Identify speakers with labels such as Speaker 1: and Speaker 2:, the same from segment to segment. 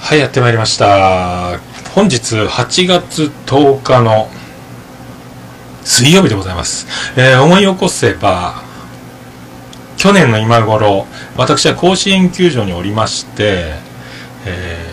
Speaker 1: はい、やってまいりました。本日8月10日の水曜日でございます。えー思い起こせば、去年の今頃、私は甲子園球場におりまして、えー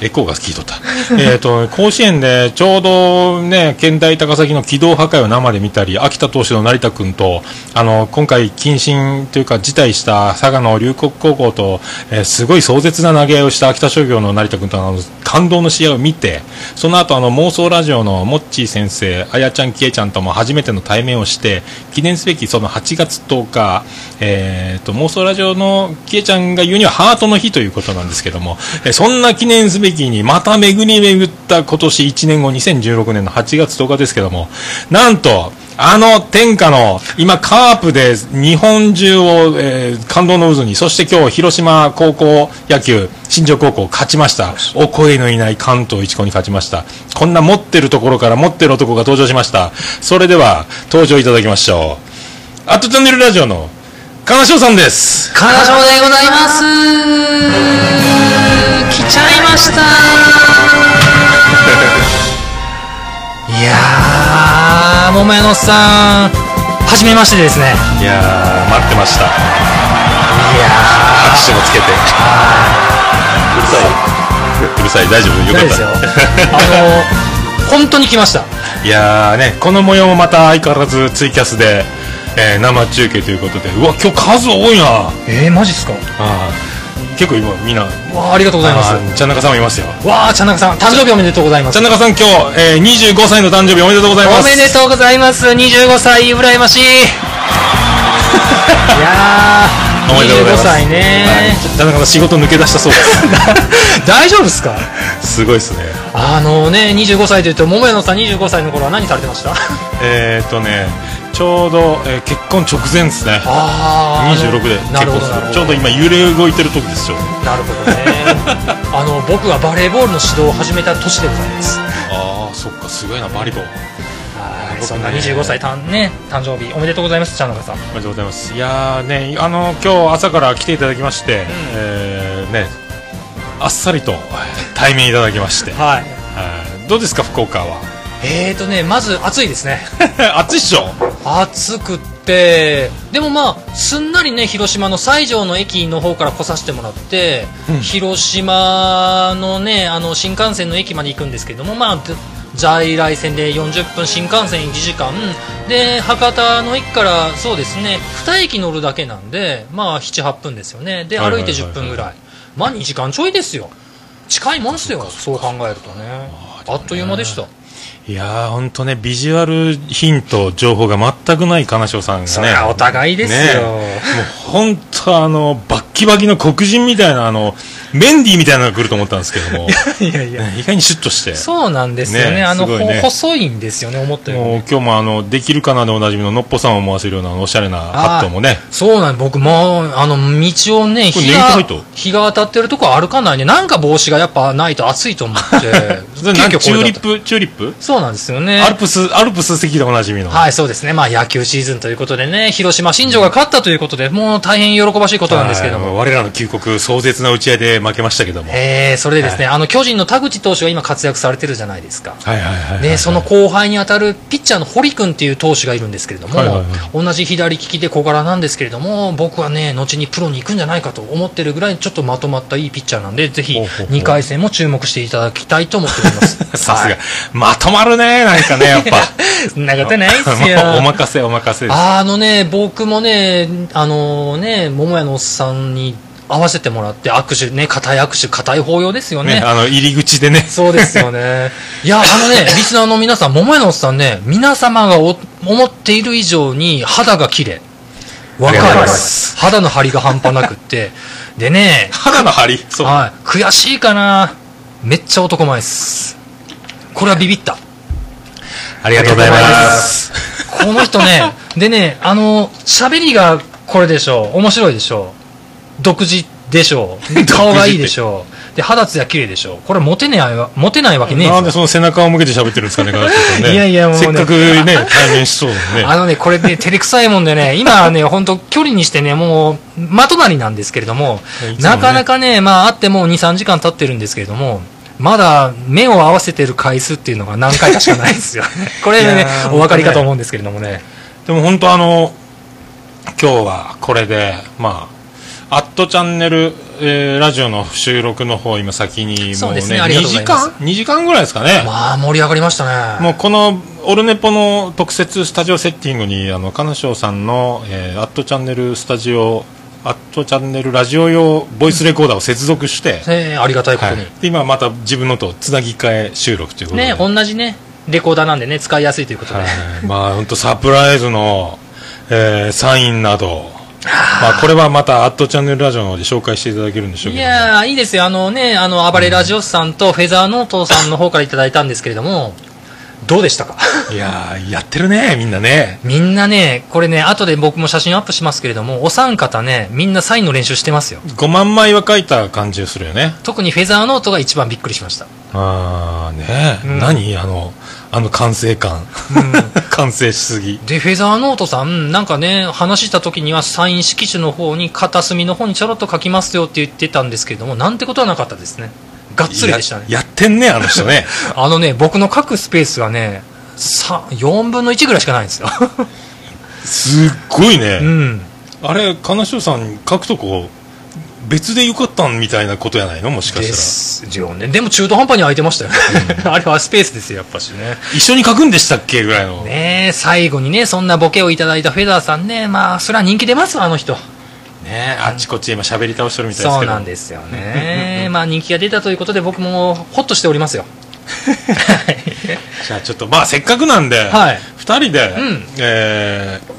Speaker 1: エコーが聞いとった。えっと、甲子園でちょうどね、県大高崎の軌道破壊を生で見たり、秋田投手の成田君と、あの、今回、謹慎というか、辞退した佐賀の龍谷高校と、えーすごい壮絶な投げ合いをした秋田商業の成田君とのあの感動の試合を見て、その後あの妄想ラジオのモッチー先生、あやちゃん、きえちゃんとも初めての対面をして、記念すべきその8月10日、えーと妄想ラジオのきえちゃんが言うにはハートの日ということなんですけども、えーそんな記念すべきにまた巡り巡った今年1年後、2016年の8月10日ですけども、なんと、あの天下の、今カープで日本中を、えー感動の渦に、そして今日広島高校野球、新庄高校勝ちました。お声のいない関東一高に勝ちました。こんな持ってるところから持ってる男が登場しました。それでは、登場いただきましょう。アットチャンネルラジオの、金賞さんです。
Speaker 2: 金賞でございます来ちゃいま したいやー桃屋のおっさんはじめましてですね
Speaker 1: いやー、待ってました。
Speaker 2: いや
Speaker 1: 拍手をつけて。うるさい。うるさい、大丈夫
Speaker 2: ー
Speaker 1: よか
Speaker 2: 大
Speaker 1: っ
Speaker 2: 丈夫です よ
Speaker 1: た。
Speaker 2: あの本当に来ました
Speaker 1: いやーね、この模様もまた相変わらずツイキャスで、えー生中継ということで、うわ、今日数多いな
Speaker 2: えー、マジっすか
Speaker 1: あー結構今みんな、あ
Speaker 2: わあありがとうございます
Speaker 1: ーちゃん中さんもいますよ。
Speaker 2: わあちゃんなかさん誕生日おめでとうございま
Speaker 1: ち
Speaker 2: す
Speaker 1: ゃん中さん今日、えー25歳の誕生日おめでとうございま
Speaker 2: お
Speaker 1: す。
Speaker 2: めでとうございます25歳羨ましいいやー
Speaker 1: おめでとうございます。
Speaker 2: 25歳ね、
Speaker 1: はい田中さん仕事抜け出したそうで
Speaker 2: 大丈夫ですか
Speaker 1: す。すごいですね。
Speaker 2: あのね25歳というと桃屋のさん25歳の頃は何されてました
Speaker 1: えーっとね、ちょうど、えー結婚直前ですね。
Speaker 2: あー
Speaker 1: 26で
Speaker 2: な
Speaker 1: 結
Speaker 2: るほ
Speaker 1: 婚
Speaker 2: ど
Speaker 1: す
Speaker 2: なる
Speaker 1: る。
Speaker 2: ほ
Speaker 1: ちょ
Speaker 2: ど
Speaker 1: うど今揺れ動いてる時ですよ。
Speaker 2: なるほどね あの僕がバレーボールの指導を始めた年でございます
Speaker 1: ああ、そっか、すごいな、バリボー。
Speaker 2: はい
Speaker 1: 僕ね
Speaker 2: そんな25歳たんね誕生日おめでとうございます茶中さん
Speaker 1: おめでとうございますいやーねあの今日朝から来ていただきまして、えーねあっさりと対面いただきまして
Speaker 2: はい
Speaker 1: はいどうですか福岡 は
Speaker 2: えーとねまず暑いですね
Speaker 1: 暑いっしょ
Speaker 2: 暑くってでもまあすんなりね広島の西条の駅の方から来させてもらって、
Speaker 1: うん
Speaker 2: 広島のねあの新幹線の駅まで行くんですけどもまあず在来線で40分新幹線1時間で博多の駅からそうですね2駅乗るだけなんでまあ78分ですよねで
Speaker 1: はいはい
Speaker 2: 歩
Speaker 1: はいいは
Speaker 2: て
Speaker 1: い
Speaker 2: 10分ぐらい,、まあ2時間ちょいですよ近いもんですよそう考えるとねあっという間でした
Speaker 1: いやーほんとねビジュアルヒント情報が全くない金城さんが
Speaker 2: そ
Speaker 1: ね
Speaker 2: れはお互いですよ、
Speaker 1: ねもうほんとあのバッキバキの黒人みたいなあのメンディーみたいなのが来ると思ったんですけども
Speaker 2: いやいや
Speaker 1: ね意外にシュッと して
Speaker 2: そうなんですよね。
Speaker 1: ね
Speaker 2: あの、
Speaker 1: すごいね
Speaker 2: ほ細いんですよね、思ったより
Speaker 1: もう
Speaker 2: ね。
Speaker 1: 今日もあのできるかなでおなじみののっぽさんを思わせるようなおしゃれなハットもね
Speaker 2: そうなん僕もう、あの、道をね、
Speaker 1: これ
Speaker 2: 日が
Speaker 1: ネギタイト、。
Speaker 2: 日が当たってるとこ歩かないね。なんか帽子がやっぱないと暑いと思って
Speaker 1: なんかチューリッ
Speaker 2: プ
Speaker 1: プ、チューリップ、
Speaker 2: そうなんですよね
Speaker 1: ア。ルプス、アルプス席でおなじみの。
Speaker 2: はい、そうですね。まあ野球シーズンということでね、広島新庄が勝ったということで、もう大変喜ばしいことなんですけども。
Speaker 1: はい我らの旧国、壮絶な打ち合いで負けましたけども。はい
Speaker 2: えー、それでですね、あの、巨人の田口投手が今活躍されてるじゃないですか。
Speaker 1: はいはいはい。
Speaker 2: でその後輩に当たるピッチャーの堀君っていう投手がいるんですけれども、
Speaker 1: はいはいは
Speaker 2: 同じ左利きで小柄なんですけれども、僕はね、後にプロに行くんじゃないかと思ってるぐらい、ちょっとまとまったいいピッチャーなんで、ぜひ
Speaker 1: ほうほうほう。
Speaker 2: 2回戦も注目していただきたいと思っております
Speaker 1: さす
Speaker 2: は
Speaker 1: が、まとまるね、なんかね、やっ ぱ。
Speaker 2: い。そんなことないっす よ。
Speaker 1: お任せ、お任せです。
Speaker 2: あのね、僕もね、あのね、桃屋のおっさんに合わせてもらって、握手ね、固い握手、固い抱擁ですよ
Speaker 1: ね、あの、入り口でね。
Speaker 2: そうです よね。いや、あのね、リスナーの皆さん、桃屋のおっさんね、皆様がお思っている以上に肌が綺麗。わ
Speaker 1: ありがとうござ
Speaker 2: か
Speaker 1: いま
Speaker 2: る
Speaker 1: す。
Speaker 2: 肌の張りが半端な くって。でね、
Speaker 1: 肌の張り。そう。
Speaker 2: はい、悔しいかな。めっちゃ男前です。これはビビった。
Speaker 1: ありがとうございます。
Speaker 2: この人 ね、でね、あの、喋りがこれでしょう。面白いでしょう。独自でしょ う。で顔がいいでしょう。で、肌ツヤ綺麗でしょう。これモテないわ、モテないわけねえぞ
Speaker 1: なんでその背中を向けて喋ってるんですかね、ガラスさんね。
Speaker 2: いやいやもうね
Speaker 1: せっかくね、対面しそうでね。
Speaker 2: あのね、これね、照れくさいもん でね、今はね、本当距離にしてね、もう、まとなりなんですけれども、
Speaker 1: いつもね
Speaker 2: なかなかね、まあ、会ってもう2、3時間経ってるんですけれども、まだ目を合わせてる回数っていうのが何回かしかな いですよね。これ
Speaker 1: い
Speaker 2: ね
Speaker 1: やー、
Speaker 2: お分かりかと思うんですけれどもね。
Speaker 1: でも本当あの、今日はこれで、まあ、アットチャンネル、えーラジオの収録の方、今先に、
Speaker 2: そ
Speaker 1: も
Speaker 2: う
Speaker 1: う
Speaker 2: で
Speaker 1: ね、
Speaker 2: すねありが
Speaker 1: 2
Speaker 2: とう
Speaker 1: 時
Speaker 2: ございます
Speaker 1: 間 ?2 時間ぐらいですかね。
Speaker 2: まあ、盛り上がりました
Speaker 1: も
Speaker 2: ね。
Speaker 1: うこの、オルネポの特設スタジオセッティングに、あの、金賞さんの、えーアットチャンネルスタジオ、アットチャンネルラジオ用ボイスレコーダーを接続して、
Speaker 2: えーありがたいこと
Speaker 1: はい
Speaker 2: に。
Speaker 1: で今また自分のとつなぎ替え収録ということで。
Speaker 2: ね、同じね、レコーダーなんでね、使いやすいということで。
Speaker 1: はい、まあ本当サプライズの、えーサインなど、まあ、これはまた「アットチャンネルラジオ」の方で紹介していただけるんでしょう
Speaker 2: い
Speaker 1: けど
Speaker 2: やー、いいですよ。あのね、あの、暴れラジオスさんとフェザーノートさんの方からいただいたんですけれども、どうでしたか
Speaker 1: いやーやってるねみんなね
Speaker 2: みんなね、これね、後で僕も写真アップしますけれども、お三方ね、みんなサインの練習してますよ。
Speaker 1: 5万枚は書いた感じがするよね
Speaker 2: 特にフェザーノートが一番びっくりしました。
Speaker 1: ああね、
Speaker 2: うん
Speaker 1: 何あのあの完成感、 完成しすぎ
Speaker 2: で、フェザーノートさん、なんかね、話した時にはサイン色紙の方に、片隅の方にちょろっと書きますよって言ってたんですけれども、なんてことはなかったですね。がっつりでしたね。
Speaker 1: ややってんねあの人 ね
Speaker 2: あのね、僕の書くスペースがね、さ4分の1ぐらいしかないんですよ。
Speaker 1: すっごいね、
Speaker 2: うん。
Speaker 1: あれ金城さん書くとこ別でよかったんみたいなことやないのもしか
Speaker 2: で
Speaker 1: した
Speaker 2: すよね。でも中途半端に空いてましたよね。 あれはスペースですよ、やっぱしね。
Speaker 1: ら一緒に書くんでしたっけぐらいの、
Speaker 2: ねえ、最後にね、そんなボケをいただいたフェザーさんね、まあ、それは人気出ますわ、あの人。
Speaker 1: ねあっちこっち今喋り倒してるみたいです
Speaker 2: そう
Speaker 1: けど
Speaker 2: なんですよね。まあ、人気が出たということで、僕もほっとしておりますよ。
Speaker 1: じゃあちょっとまあせっかくなんで、
Speaker 2: はい
Speaker 1: 二人で、
Speaker 2: ん
Speaker 1: えー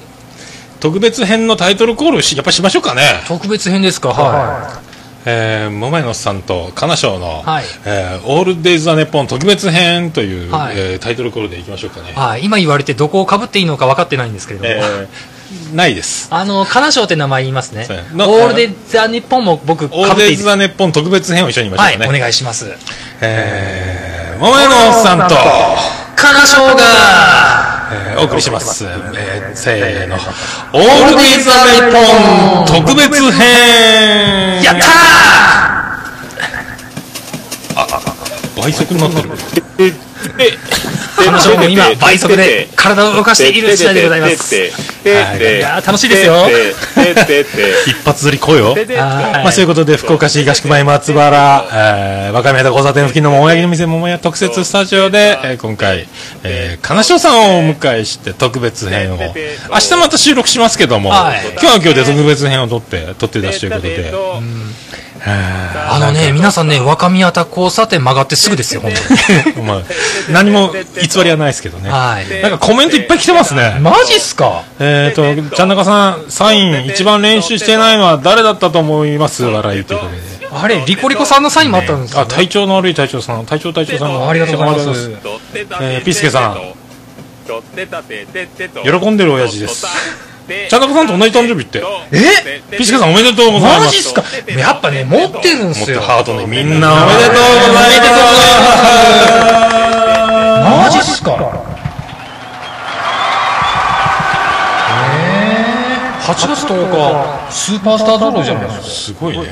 Speaker 1: 特別編のタイトルコールしやっぱしましょうかね、
Speaker 2: 特別編ですか、は
Speaker 1: えー、桃井のおっさんと金賞の、
Speaker 2: はい
Speaker 1: えーオールデイズ・ザ・ネッポン」特別編という、
Speaker 2: はい
Speaker 1: えータイトルコールでいきましょうかね
Speaker 2: い。、はい、今言われて、どこをかぶっていいのか分かってないんですけれども。
Speaker 1: えーないです
Speaker 2: あの、金賞って名前言いますね
Speaker 1: そうや。
Speaker 2: オ
Speaker 1: な
Speaker 2: ールデザ日本も僕、
Speaker 1: 「オ
Speaker 2: か
Speaker 1: ール
Speaker 2: ぶっ
Speaker 1: デ
Speaker 2: てい
Speaker 1: イ
Speaker 2: いで
Speaker 1: ズ・
Speaker 2: すか
Speaker 1: ザ・ネッポン」特別編を一緒に言いま
Speaker 2: は
Speaker 1: し
Speaker 2: い、
Speaker 1: ょうかね、
Speaker 2: お願いします。
Speaker 1: えー桃井のおっさんと、
Speaker 2: 金賞が
Speaker 1: えーお送りします、えーせーの「オールデイズ・ザ・ネッポン」特別編
Speaker 2: やったー
Speaker 1: 倍速になってる
Speaker 2: 彼女も今倍速で体を動かしている次第でございます。いやー楽しいですよ。
Speaker 1: 一発釣り来いよ
Speaker 2: はい
Speaker 1: まあ、そういうことで福岡市東区前松原、えー、若宮田交差点付近の桃焼きの店桃屋特設スタジオで、えー今回、えー、金城さんをお迎えして特別編を明日また収録しますけども、
Speaker 2: はい
Speaker 1: 今日は今日で特別編を撮って撮って出しということで、
Speaker 2: あのね、皆さんね、若宮田交差点曲がってすぐですよ、本当に。
Speaker 1: まあ、何も偽りはないですけどね、
Speaker 2: はい。
Speaker 1: なんかコメントいっぱい来てますね
Speaker 2: マジっすか
Speaker 1: えっ、ー、と、ちゃんなかさん、サイン一番練習してないのは誰だったと思います笑いということで。
Speaker 2: あれ、リコリコさんのサインもあったんですよ、
Speaker 1: あ、体調の悪い隊長さん、隊長隊長さんの
Speaker 2: ありがとうございます
Speaker 1: えーピスケさん喜
Speaker 3: 喜
Speaker 1: ん
Speaker 3: ん
Speaker 1: で
Speaker 3: で
Speaker 1: る
Speaker 3: る
Speaker 1: 親
Speaker 3: 親
Speaker 1: 父
Speaker 3: 父
Speaker 1: で
Speaker 3: ですす
Speaker 1: ちゃんなかさんと同じ誕生日って
Speaker 2: え
Speaker 1: ピスケさんおめでとうござい
Speaker 2: マ
Speaker 1: ま
Speaker 2: ジっ
Speaker 1: す。
Speaker 2: すかやっぱね、持ってるん
Speaker 1: 持っ
Speaker 2: す
Speaker 1: てる
Speaker 2: よ。
Speaker 1: ハートね、みんなおめでとうございます。
Speaker 2: マジっすかえー、8月10日、スーパースター揃いじゃないですか。
Speaker 1: すごいね。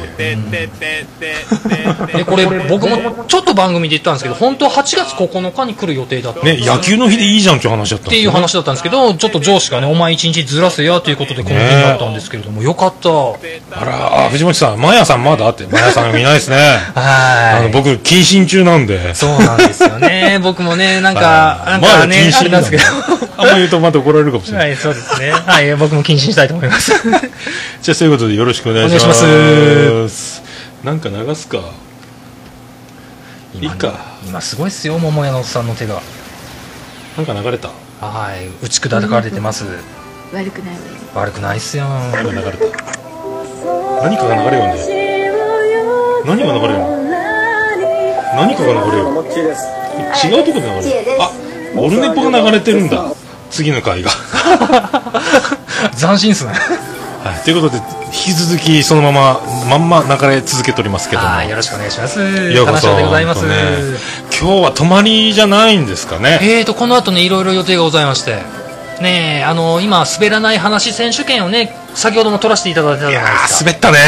Speaker 2: でこれ僕もちょっと番組で言ったんですけど本当は8月9日に来る予定だった、
Speaker 1: ね、野球の日でいいじゃんっていう話だった。
Speaker 2: っていう。話だったんですけどちょっと上司がねお前1日ずらせやということでこの日になったんですけれども、よかった
Speaker 1: あら、あ藤本さん、マヤさんまだって、マヤさんいないですね。あ
Speaker 2: は
Speaker 1: の、
Speaker 2: い
Speaker 1: 僕、謹慎中なんで。
Speaker 2: そうなんです よね僕もねなんかなんかねあれなんですけど
Speaker 1: あんま言うとまた怒られるかもしれない。
Speaker 2: はいそうですねはい僕も謹慎したいと思います
Speaker 1: じゃあそういうことでよろしくお願いします。
Speaker 2: お願
Speaker 1: なんか流すか。いいか。
Speaker 2: 今すごいっすよ桃屋のおっさんの手が
Speaker 1: なんか流れた。
Speaker 2: はい打ち砕かれてます
Speaker 4: 悪くないわよ
Speaker 2: 悪くないっ すよ
Speaker 1: なんか流れた。何かが流れよね。何が流れるの何かが流れよ。違うとこで流れる。あ、オルネポが流れてるんだ。次の回が。
Speaker 2: 斬新っすね
Speaker 1: はい、ということで、引き続きそのまままんま流れ続けておりますけども
Speaker 2: はい、よろしくお願いします。
Speaker 1: ようこ
Speaker 2: 楽しか
Speaker 1: そ
Speaker 2: ったでございます。
Speaker 1: 本当ね今日は泊まりじゃないんですかね
Speaker 2: えーと、この後ね、いろいろ予定がございまして。ねえ、あの、今、滑らない話選手権をね、先ほども取らせていただいた
Speaker 1: い
Speaker 2: じ
Speaker 1: や
Speaker 2: ゃないですか。
Speaker 1: ー滑ったね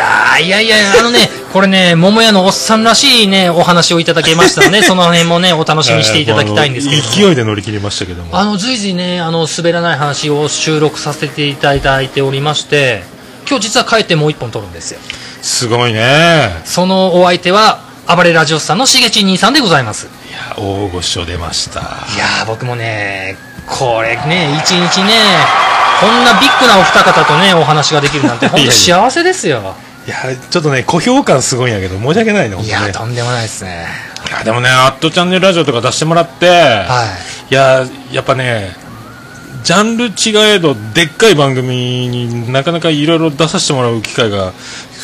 Speaker 2: あーいやいや、あのね、 これね、桃屋のおっさんらしいね、お話をいただけましたの で、その辺もね、お楽しみにしていただきたいんですけども。
Speaker 1: 勢いで乗り切りましたけども
Speaker 2: あの、随時ね、あの、滑らない話を収録させていただいておりまして、今日実は帰ってもう一本撮るんですよ。
Speaker 1: すごいね
Speaker 2: そのお相手は、暴れラジオスさんのしげち兄さんでございます。
Speaker 1: いや大御所出ました
Speaker 2: いやー、僕もね、これね、一日ね、こんなビッグなお二方とね、お話ができるなんて、本
Speaker 1: い
Speaker 2: 当
Speaker 1: やい
Speaker 2: 幸せですよ。
Speaker 1: いやちょっとね小評価すごいんやけど申し訳ないね本
Speaker 2: い
Speaker 1: 当ね
Speaker 2: や、とんでもないですね。
Speaker 1: いやでもね「アットチャンネルラジオ」とか出してもらって、
Speaker 2: はい。
Speaker 1: い、ややっぱねジャンル違えどでっかい番組になかなかいろいろ出させてもらう機会が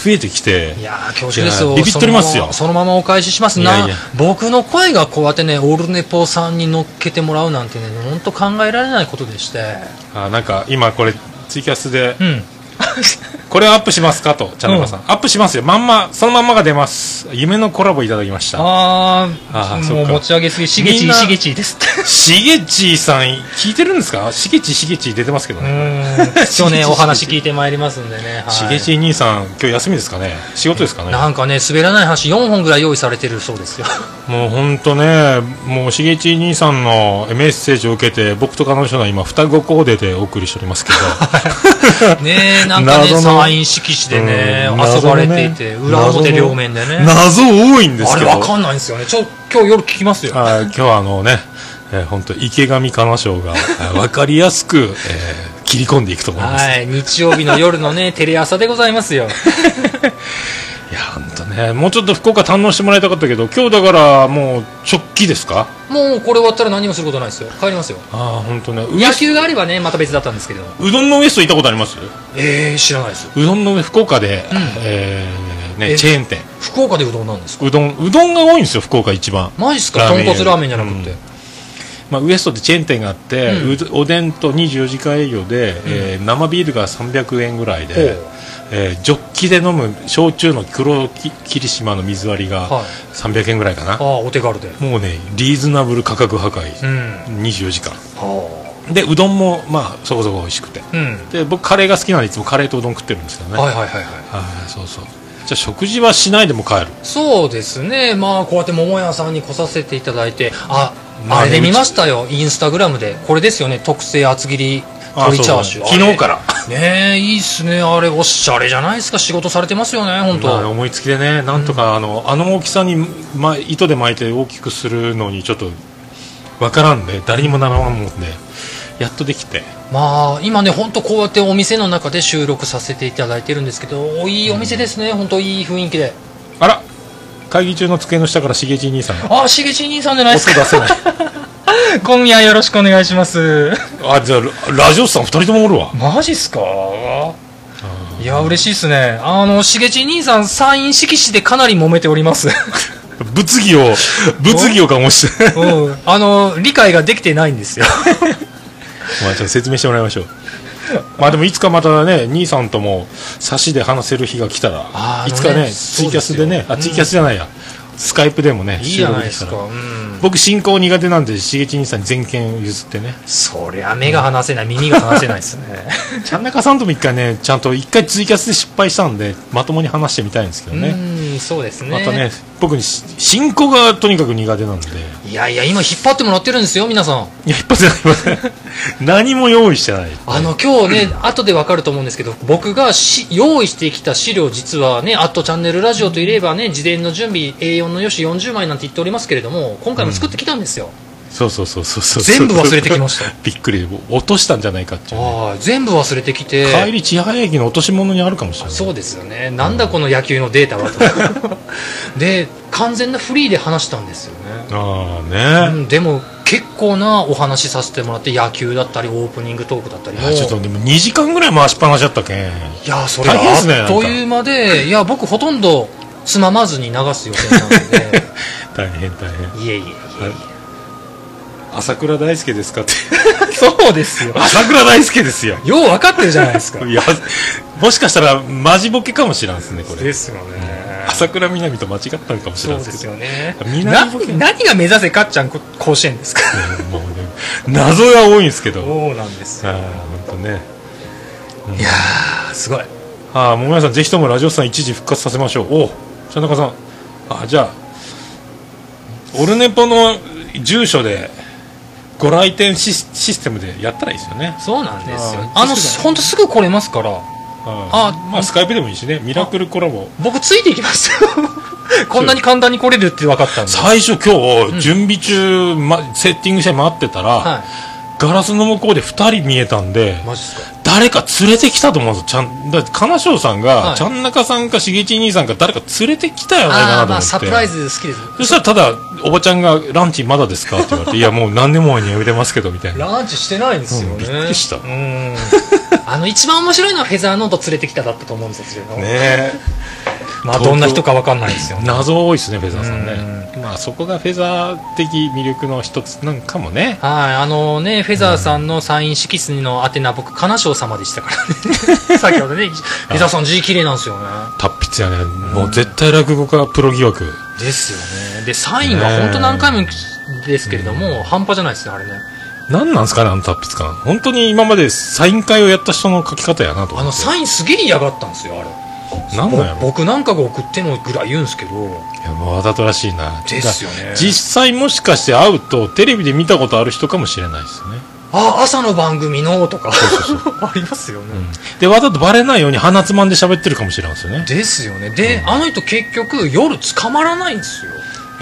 Speaker 1: 増えてきて
Speaker 2: いやー恐縮ですよ
Speaker 1: いやービビっとりますよ
Speaker 2: そのままそのままお返しします
Speaker 1: いやいや
Speaker 2: な僕の声がこうやってねオルネポさんに乗っけてもらうなんてね本当考えられないことでして
Speaker 1: あなんか今これツイキャスで
Speaker 2: うん
Speaker 1: これアップしますかとチャンネルさん、アップしますよまんまそのまんまが出ます夢のコラボいただきました
Speaker 2: あ
Speaker 1: あー
Speaker 2: あ
Speaker 1: そ
Speaker 2: も
Speaker 1: っ
Speaker 2: う
Speaker 1: か
Speaker 2: 持ち上げすぎしげ
Speaker 1: みん
Speaker 2: ち
Speaker 1: な
Speaker 2: しげちですって
Speaker 1: しげちさん聞いてるんですかしげちしげち出てますけど
Speaker 2: う
Speaker 1: ね、
Speaker 2: ーん一応ね
Speaker 1: しげち
Speaker 2: お話聞いてまいりますんでね、はい
Speaker 1: しげち兄さん今日休みですかね仕事ですかね
Speaker 2: なんかね滑らない話4本ぐらい用意されてるそう ですよ
Speaker 1: もう本当ね、もうしげち兄さんのメッセージを受けて、僕と彼女が今、双子コーデでお送りしており ますけ
Speaker 2: ねえなんかね
Speaker 1: 謎の
Speaker 2: サイン色紙でね
Speaker 1: うん
Speaker 2: 遊ばれていて、
Speaker 1: 謎のね
Speaker 2: 裏表両面でね
Speaker 1: ど、謎多いんです
Speaker 2: あ
Speaker 1: け
Speaker 2: れ
Speaker 1: ど、
Speaker 2: わかんないんですよねちょ今日夜聞きますよ
Speaker 1: はい今日はあのね、えー本当、池上彼女が 分かりやすく、えー切り込んでいくと思います。い、
Speaker 2: はい、日曜日の夜 のね、テレ朝でございますよ。
Speaker 1: や、本当ね、もうちょっと福岡堪能してもらいたかったけど、今日だからもう直帰ですか、
Speaker 2: もうこれ終わったら何もすることないですよ。帰りますよ。
Speaker 1: ああ、本当ね、
Speaker 2: 野球があればね、また別だったんですけれども。
Speaker 1: うどんのウエスト行ったことあります
Speaker 2: えー、知らないです。
Speaker 1: うどんの上福岡で、
Speaker 2: ん
Speaker 1: えーね、
Speaker 2: え
Speaker 1: チェーン店。
Speaker 2: 福岡でうどんなんですか
Speaker 1: うどん、うどんが多いんですよ、福岡一番。
Speaker 2: マジっすか
Speaker 1: ラーメ
Speaker 2: 豚
Speaker 1: ン
Speaker 2: 骨ラーメンじゃなくて。
Speaker 1: うんまあ、ウエストでチェーン店があって、
Speaker 2: うん
Speaker 1: うどおでんと24時間営業で、えー生ビールが300円ぐらいで
Speaker 2: ほう、
Speaker 1: えージョッキで飲む焼酎の黒き霧島の水割りが
Speaker 2: はい
Speaker 1: 300円ぐらいかな、
Speaker 2: ああ、お手軽で。う
Speaker 1: もうねリーズナブル価格破壊、
Speaker 2: ん。
Speaker 1: 24時間
Speaker 2: は
Speaker 1: でうどんも、まあ、そこそこ美味しくて
Speaker 2: あ。うん。
Speaker 1: で僕カレーが好きなんでいつもカレーとうどん食ってるんですけどね、
Speaker 2: はい
Speaker 1: は
Speaker 2: はいはいはい。
Speaker 1: い、そうそうじゃあ食事はしないでも帰る
Speaker 2: そうですね。まあ、こうやって桃屋さんに来させていただいて、あ、
Speaker 1: まあ
Speaker 2: あれで見ましたよ。インスタグラムで。これですよね。特製厚切り鶏チャーシュー。。
Speaker 1: あそう昨日からら
Speaker 2: ねえ、いいっすね。あれ、おしゃれじゃないですか。仕事されてますよね、本当。
Speaker 1: まあ、思いつきでねなんとかあの,、あの大きさに、ま、糸で巻いて大きくするのにちょっとわからんで誰にも習わんもんでやっとできて
Speaker 2: まあ今ね本当こうやってお店の中で収録させていただいてるんですけどいいお店ですね、ほん、本当いい雰囲気で
Speaker 1: あら会議中の机の下からしげち兄さんが
Speaker 2: あしげち兄さんじゃないです
Speaker 1: 音
Speaker 2: か
Speaker 1: 出せない
Speaker 2: 今夜よろしくお願いします
Speaker 1: あじゃあララジオさん2人ともおるわ
Speaker 2: マジっすかいや嬉しいっすねあのしげち兄さんサイン色紙でかなり揉めております
Speaker 1: 物議を物議をかも して
Speaker 2: うんあの理解ができてないんです よ
Speaker 1: まあちょっと説明してもらいましょうまあでもいつかまたね兄さんとも差しで話せる日が来たら
Speaker 2: あーあのね
Speaker 1: いつかねツ
Speaker 2: そ
Speaker 1: イ
Speaker 2: う
Speaker 1: キ
Speaker 2: で
Speaker 1: ャ
Speaker 2: す
Speaker 1: ス
Speaker 2: よ
Speaker 1: でねあツイキャスじゃないや、スカイプでもね
Speaker 2: いいじゃないで
Speaker 1: 収
Speaker 2: す
Speaker 1: 録
Speaker 2: か
Speaker 1: きたら
Speaker 2: うん
Speaker 1: 僕進行苦手なんでしげち兄さんに全権譲ってね
Speaker 2: そりゃ目が離せない耳が離せないですね
Speaker 1: ちゃん中さんとも一回ねちゃんと一回ツイキャスで失敗したんでまともに話してみたいんですけどね、
Speaker 2: うん そうですね
Speaker 1: またね僕にし進行がとにかく苦手なんで
Speaker 2: いやいや今引っ張ってもらってるんですよ皆さん
Speaker 1: いや一発で何も用意してない
Speaker 2: あの今日ね、後でわかると思うんですけど、僕がし用意してきた資料、実はね、アットチャンネルラジオといえばね、事前の準備、A4 のよし40枚なんて言っておりますけれども、今回も作ってきたんですよ。
Speaker 1: そうそうそうそうそう
Speaker 2: 全部忘れてきました
Speaker 1: びっくり落としたんじゃないかっていうね、
Speaker 2: ああ全部忘れてきて、
Speaker 1: 帰り千早駅の落とし物にあるかもしれない
Speaker 2: そうですよね、なんだこの野球のデータは と。で、完全なフリーで話したんですよね。
Speaker 1: ああ
Speaker 2: う
Speaker 1: ね、
Speaker 2: ん、でも結構なお話させてもらって野球だったりオープニングトークだったりも
Speaker 1: いやちょっとでも2時間ぐらい回しっぱなしだったけん
Speaker 2: いやそれが
Speaker 1: 大変ですね
Speaker 2: あっという間でいや僕ほとんどつま まずに流す予定なので
Speaker 1: 大変大変
Speaker 2: いえいえいえいえ
Speaker 1: 朝倉大輔です かって
Speaker 2: そうですよ。
Speaker 1: 朝倉大輔ですよ
Speaker 2: よう分かってるじゃないですか。
Speaker 1: いやもしかしたらマジボケかもしれんですねこれ
Speaker 2: すよね。
Speaker 1: 朝倉みなみと間違ったのかもし
Speaker 2: そ
Speaker 1: れ
Speaker 2: う
Speaker 1: な
Speaker 2: で
Speaker 1: いです
Speaker 2: す
Speaker 1: けど
Speaker 2: よね。な
Speaker 1: 南ボケ
Speaker 2: 何が目指せかっちゃんこ甲子園ですか。
Speaker 1: うん もうね謎が多いんですけど
Speaker 2: そうなんです
Speaker 1: あ
Speaker 2: よ。
Speaker 1: あ本当ね
Speaker 2: いやー、すごい。
Speaker 1: ああもみさんぜひともラジオさん一時復活させましょうおう田中さんあじゃあオルネポの住所でご来店シスシステムでやったらいいですよね
Speaker 2: そうなんですよ。
Speaker 1: あー
Speaker 2: あの、
Speaker 1: そうだね
Speaker 2: ほんとすぐ来れますから、
Speaker 1: あ
Speaker 2: あ
Speaker 1: まあスカイプでもいいしねミラクルコラボ
Speaker 2: 僕ついていきます よ。こんなに簡単に来れるって分かったんで。
Speaker 1: 最初今日準備中、ま、セッティングして待ってたら、
Speaker 2: は
Speaker 1: ガラスの向こうで2人見えたんで
Speaker 2: い。マジですか。
Speaker 1: 誰か連れてきたと思うんですよちゃんだって金賞さんが、
Speaker 2: はい
Speaker 1: ちゃんなかさんかしげち兄さんか誰か連れてきたよね
Speaker 2: あ
Speaker 1: かな
Speaker 2: あ、
Speaker 1: と思
Speaker 2: まあ
Speaker 1: って
Speaker 2: サプライズ好きです。
Speaker 1: そしたらただおばちゃんが「ランチまだですか?」って言われ て「いやもう何年も前にやめてますけど」みたいな
Speaker 2: ランチしてないんですよね、
Speaker 1: うんびっくりした
Speaker 2: うんあの一番面白いのはフェザーノート連れてきただったと思うんですよ、
Speaker 1: ねえ
Speaker 2: まあ
Speaker 1: 東京
Speaker 2: どんな人か分かんないですよね
Speaker 1: 謎多いですねフェザーさんね
Speaker 2: う
Speaker 1: まあそこがフェザー的魅力の一つなんかもね
Speaker 2: はいあのねフェザーさんのサイン色紙の宛名僕金賞様でしたから ね先ほどねフェザーさん字綺麗なんですよね
Speaker 1: 達筆やねもう絶対落語家プロ疑惑
Speaker 2: ですよねでサインが本当何回もですけれども、半端じゃないですねあれね
Speaker 1: 何なんすかねあの達筆感本当に今までサイン会をやった人の書き方やなと
Speaker 2: あ
Speaker 1: 思
Speaker 2: の
Speaker 1: って
Speaker 2: サインすげえ嫌がったんですよあれ
Speaker 1: 何なんやろ
Speaker 2: ぼ僕なんかが送ってのぐらい言うんですけど
Speaker 1: いやもうわざとらしいな
Speaker 2: ですよね
Speaker 1: 実際もしかして会うとテレビで見たことある人かもしれないですね
Speaker 2: あ朝の番組のとかありますよね、
Speaker 1: でわざとバレないように鼻つまんで喋ってるかもしれないですよね
Speaker 2: ですよねで、あの人結局夜捕まらないんですよ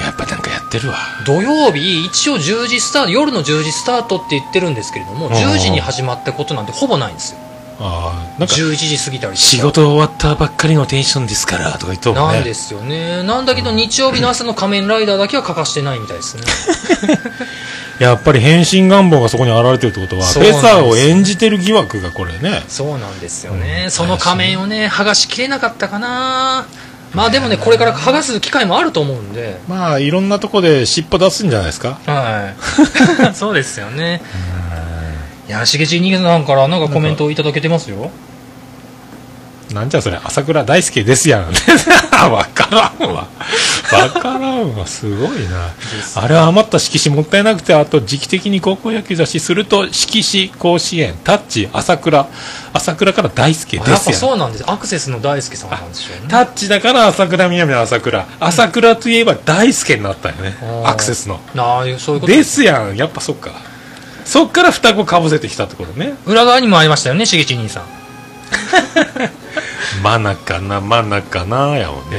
Speaker 1: やっぱなんかやってるわ
Speaker 2: 土曜日一応10時スタート夜の10時スタートって言ってるんですけれども
Speaker 1: ん
Speaker 2: 10時に始まったことなんてほぼないんですよ
Speaker 1: ああなんか
Speaker 2: 11時過ぎたりして
Speaker 1: 仕事終わったばっかりのテンションですからとか言ってもんね
Speaker 2: なんですよねなんだけど日曜日の朝の仮面ライダーだけは欠かしてないみたいですね
Speaker 1: やっぱり変身願望がそこに現れてるってことは
Speaker 2: そ
Speaker 1: フ
Speaker 2: うなん
Speaker 1: ェ
Speaker 2: です
Speaker 1: ザーを演じてる疑惑がこれね
Speaker 2: そうなんですよね、その仮面をね剥がしきれなかったかなまあでもねこれから剥がす機会もあると思うんで
Speaker 1: まあいろんなとこで尻尾出すんじゃないですか
Speaker 2: は いそうですよねいやしげちにさんからなんかコメントをいただけてますよ
Speaker 1: なんじゃそれ朝倉大輔ですやん わからんわわからんわすごいな
Speaker 2: す
Speaker 1: あれは余った色紙もったいなくてあと時期的に高校野球雑誌すると色紙甲子園タッチ朝倉朝倉から大輔
Speaker 2: やっ
Speaker 1: で
Speaker 2: ぱ
Speaker 1: すやん
Speaker 2: そうなんですアクセスの大輔さんなんでしょうね
Speaker 1: タッチだから朝倉南の朝倉朝倉といえば大輔になったよね
Speaker 2: あー
Speaker 1: アクセスの
Speaker 2: ああそういうこと
Speaker 1: ですやんやっぱそっかそっから双子かぶせてきたってことね
Speaker 2: 裏側にもありましたよねしげち兄さん
Speaker 1: マナかなマナかなやもんね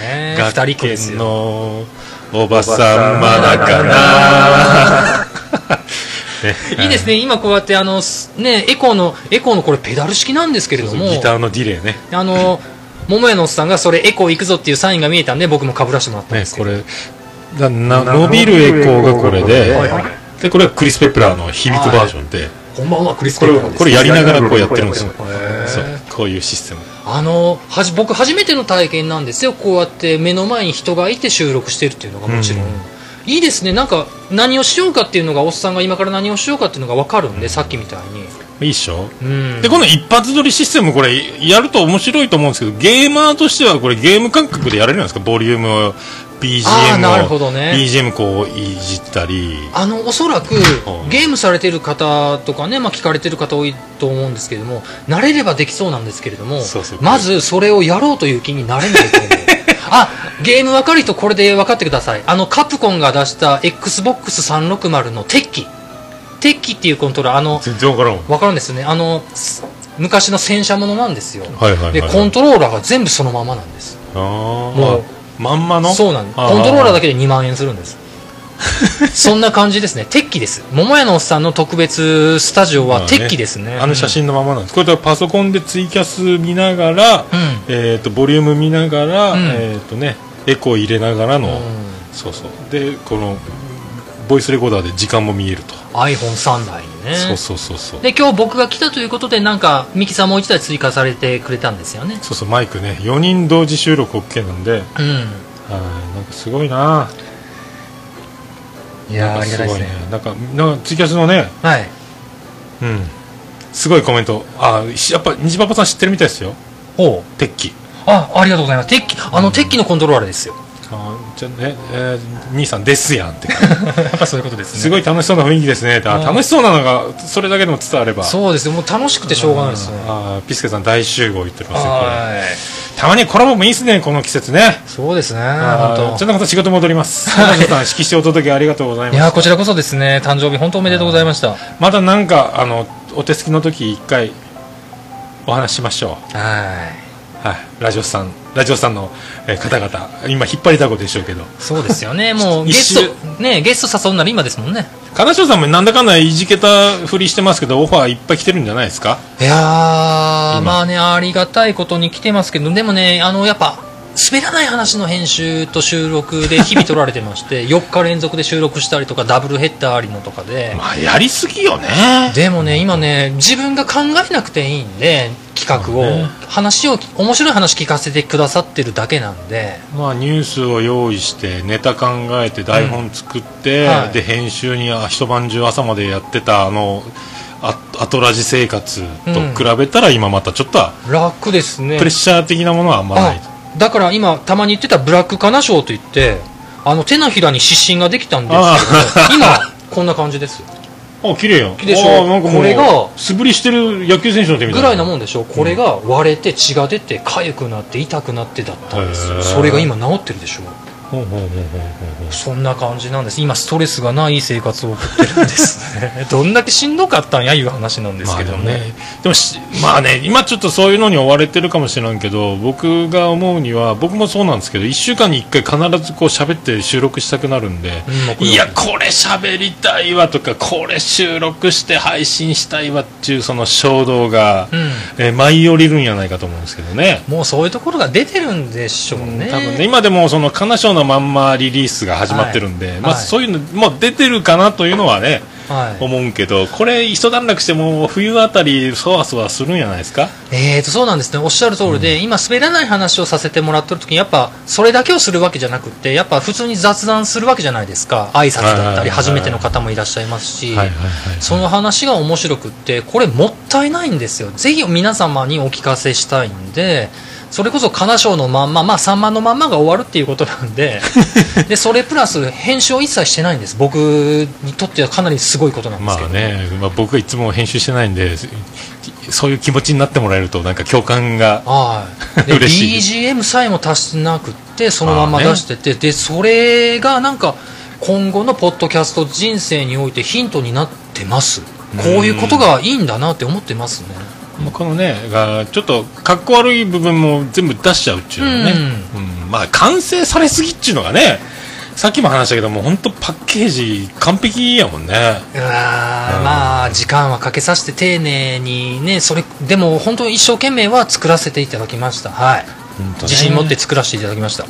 Speaker 2: ね
Speaker 1: 学
Speaker 2: 二人っ子です
Speaker 1: 研
Speaker 2: よ
Speaker 1: のおばさんマナかなね
Speaker 2: いいですね今こうやってあのすねエコーのエコーのこれペダル式なんですけれども
Speaker 1: ギターのディレイね
Speaker 2: あの桃屋のおっさんがそれエコー行くぞっていうサインが見えたんで僕もかぶらせてもらったん
Speaker 1: ね
Speaker 2: ですけ
Speaker 1: こ
Speaker 2: ど、
Speaker 1: れだな伸びるエコーがこれで
Speaker 3: はいはい
Speaker 1: でこれはクリス・ペプラーの響くバージョンで
Speaker 2: こんばんはクリス・
Speaker 1: こ
Speaker 2: ペ
Speaker 1: れ
Speaker 2: プラーです
Speaker 1: これやりながらこうやってるんですよ
Speaker 2: へー
Speaker 1: そうこういうシステム
Speaker 2: あのはじ僕初めての体験なんですよこうやって目の前に人がいて収録してるっていうのがもちろん、
Speaker 1: うん
Speaker 2: いいですねなんか何をしようかっていうのがおっさんが今から何をしようかっていうのが分かるんで、さっきみたいに、
Speaker 1: いいっしょ
Speaker 2: うん、
Speaker 1: でこの一発撮りシステムこれやると面白いと思うんですけどゲーマーとしてはこれゲーム感覚でやれるんですかボリュームを BGM
Speaker 2: あーなるほ
Speaker 1: を、
Speaker 2: どね
Speaker 1: BGM こういじったり
Speaker 2: あのおそらく
Speaker 1: うん
Speaker 2: ゲームされてる方とかね、まあ、聞かれてる方多いと思うんですけれども慣れればできそうなんですけれども
Speaker 1: そうそう
Speaker 2: まずそれをやろうという気になれないと思う あゲーム分かる人これで分かってくださいあのカプコンが出した XBOX360 の鉄器鉄器っていうコントローラーあの
Speaker 1: 全然わからんわ
Speaker 2: 分かるんですよねあのす昔の戦車ものなんですよ
Speaker 1: はいはいはい
Speaker 2: でコントローラーが全部そのままなんです
Speaker 1: あー
Speaker 2: もう
Speaker 1: あまんまの
Speaker 2: そうなんですコントローラーだけで2万円するんですそんな感じですね鉄器です桃屋のおっさんの特別スタジオは鉄器ですね,、
Speaker 1: あの写真のままなんですこれだからパソコンでツイキャス見ながら、えっとボリューム見ながら、
Speaker 2: うん
Speaker 1: えっとねエコー入れながらの、
Speaker 2: うん、うん
Speaker 1: そうそうでこのボイスレコーダーで時間も見えると、
Speaker 2: iPhone3 台にね
Speaker 1: そうそうそうそう
Speaker 2: で今日僕が来たということでなんかミキさんもう1台追加されてくれたんですよね
Speaker 1: そうそうマイクね4人同時収録 OK なんで
Speaker 2: うん
Speaker 1: はいなんかすごいない
Speaker 3: いやーありがたいですね
Speaker 1: なんかなんかツイキャスのね、
Speaker 2: はい
Speaker 1: うん、すごいコメントあーやっぱ虹パパさん知ってるみたいですよ
Speaker 2: ほう
Speaker 1: 鉄器
Speaker 2: あありがとうございます鉄器あの鉄器のコントローラーですよ
Speaker 1: あーじゃね、えー兄さんですやんって
Speaker 2: やっぱそういうことですね
Speaker 1: すごい楽しそうな雰囲気ですねってあ
Speaker 2: うん
Speaker 1: 楽しそうなのがそれだけでも伝われば
Speaker 2: そうですねもう楽しくてしょうがないですね
Speaker 1: あーピスケさん大集合言ってますよこれ
Speaker 2: はい
Speaker 1: たまにコラボもいいですねこの季節ね
Speaker 2: そうですね
Speaker 1: あー
Speaker 2: 本
Speaker 1: ちょっとまた仕事戻ります花田さん色紙お届けありがとうござい
Speaker 2: 当い
Speaker 1: ま
Speaker 2: や
Speaker 1: す
Speaker 2: こちらこそですね誕生日本当おめでとうございました
Speaker 1: またなんかあのお手すきの時一回お話ししましょ
Speaker 2: は
Speaker 1: うはいラジオさんラジオさんの、えー方々今引っ張りだこでしょうけど
Speaker 2: いそうです よねもうゲ
Speaker 1: 一周
Speaker 2: ストねゲスト誘うなら今ですもんね
Speaker 1: 金城さんもなんだかんだいじけたふりしてますけどオファーいっぱい来てるんじゃないですか
Speaker 2: いやー
Speaker 1: 今
Speaker 2: まあねありがたいことに来てますけどでもねあのやっぱ滑らない話の編集と収録で日々取られてまして 4日連続で収録したりとかダブルヘッダーありのとかで
Speaker 1: まあやりすぎよね
Speaker 2: でもね今ね自分が考えなくていいんで企画を、
Speaker 1: そうね
Speaker 2: 話を面白い話聞かせてくださってるだけなんで
Speaker 1: まあ、ニュースを用意してネタ考えて台本作って、
Speaker 2: うんはい
Speaker 1: で編集にあ一晩中朝までやってたあのあ後ラジ生活と比べたら今またちょっとは
Speaker 2: 楽ですね
Speaker 1: プレッシャー的なものはあんまない、
Speaker 2: あだから今たまに言ってたブラックカナショウといってあの手のひらに湿疹ができたんです
Speaker 1: あ
Speaker 2: けど 今こんな感 じです
Speaker 1: あ綺麗やん
Speaker 2: 綺麗でしょ
Speaker 1: あなんかもう
Speaker 2: これが
Speaker 1: 素振りしてる野球選手の手みた
Speaker 2: ぐ
Speaker 1: い
Speaker 2: らいなも
Speaker 1: ん
Speaker 2: んでしょこれが割れて血が出て痒くなって痛くなってだったんです
Speaker 1: へー
Speaker 2: よそれが今治ってるでしょ
Speaker 1: ほうほうほうほうほうほう
Speaker 2: そんな感じなんです今ストレスがない生活を送ってるんです ねどんだけしんどかったんやいう話なんですけどね,、
Speaker 1: まあ、でもねでもしまあね今ちょっとそういうのに追われてるかもしれんけど僕が思うには僕もそうなんですけど1週間に1回必ずこう喋って収録したくなるんで、
Speaker 2: うんまあこれはい
Speaker 1: やこれ喋りたいわとかこれ収録して配信したいわっていうその衝動が、えー舞い降りるんやないかと思うんですけどね
Speaker 2: うん、もうそういうところが出てるんでしょうね、
Speaker 1: 多分ね今でもその「かなしょう」のまんまリリースが始まってるんで、
Speaker 2: い
Speaker 1: まあ、
Speaker 2: はい
Speaker 1: そういうのもう出てるかなというのはね
Speaker 2: はい、
Speaker 1: 思うけどこれ一段落しても冬あたりそわそわするんじゃないですか
Speaker 2: えー、とそうなんですねおっしゃる通りで、今滑らない話をさせてもらってる時にやっぱそれだけをするわけじゃなくってやっぱ普通に雑談するわけじゃないですか挨拶だ
Speaker 1: はい
Speaker 2: った
Speaker 1: はい
Speaker 2: り
Speaker 1: はい
Speaker 2: 初めての方もいらっしゃいますし、
Speaker 1: はいはいはい
Speaker 2: その話が面白くってこれもったいないんですよぜひ皆様にお聞かせしたいんでそれこそ「かなしょう」のまんままあ「さんま」のまんまが終わるっていうことな んででそれプラス編集を一切してないんです僕にとってはかなりすごいことなんで
Speaker 1: ます
Speaker 2: けど、
Speaker 1: あね、まあ、僕はいつも編集してないんでそそういう気持ちになってもらえるとなんか共感が
Speaker 2: はい。で、
Speaker 1: 嬉し
Speaker 2: BGM さえも足してなくって、そのまま出してて、で、それがなんか、今後のポッドキャスト人生においてヒントになってます。こういうことがいいんだなって思ってますね。
Speaker 1: まあこのねがちょっとかっこ悪い部分も全部出しちゃうっちゅうのね、うんまあ完成されすぎっちゅうのがねさっきも話したけども本当パッケージ完璧やもんね
Speaker 2: うわーまあ、時間はかけさせて丁寧にね、それ、でも本当に一生懸命は作らせていただきました。はい。
Speaker 1: ほんとね
Speaker 2: 自信持って作らせていただきました。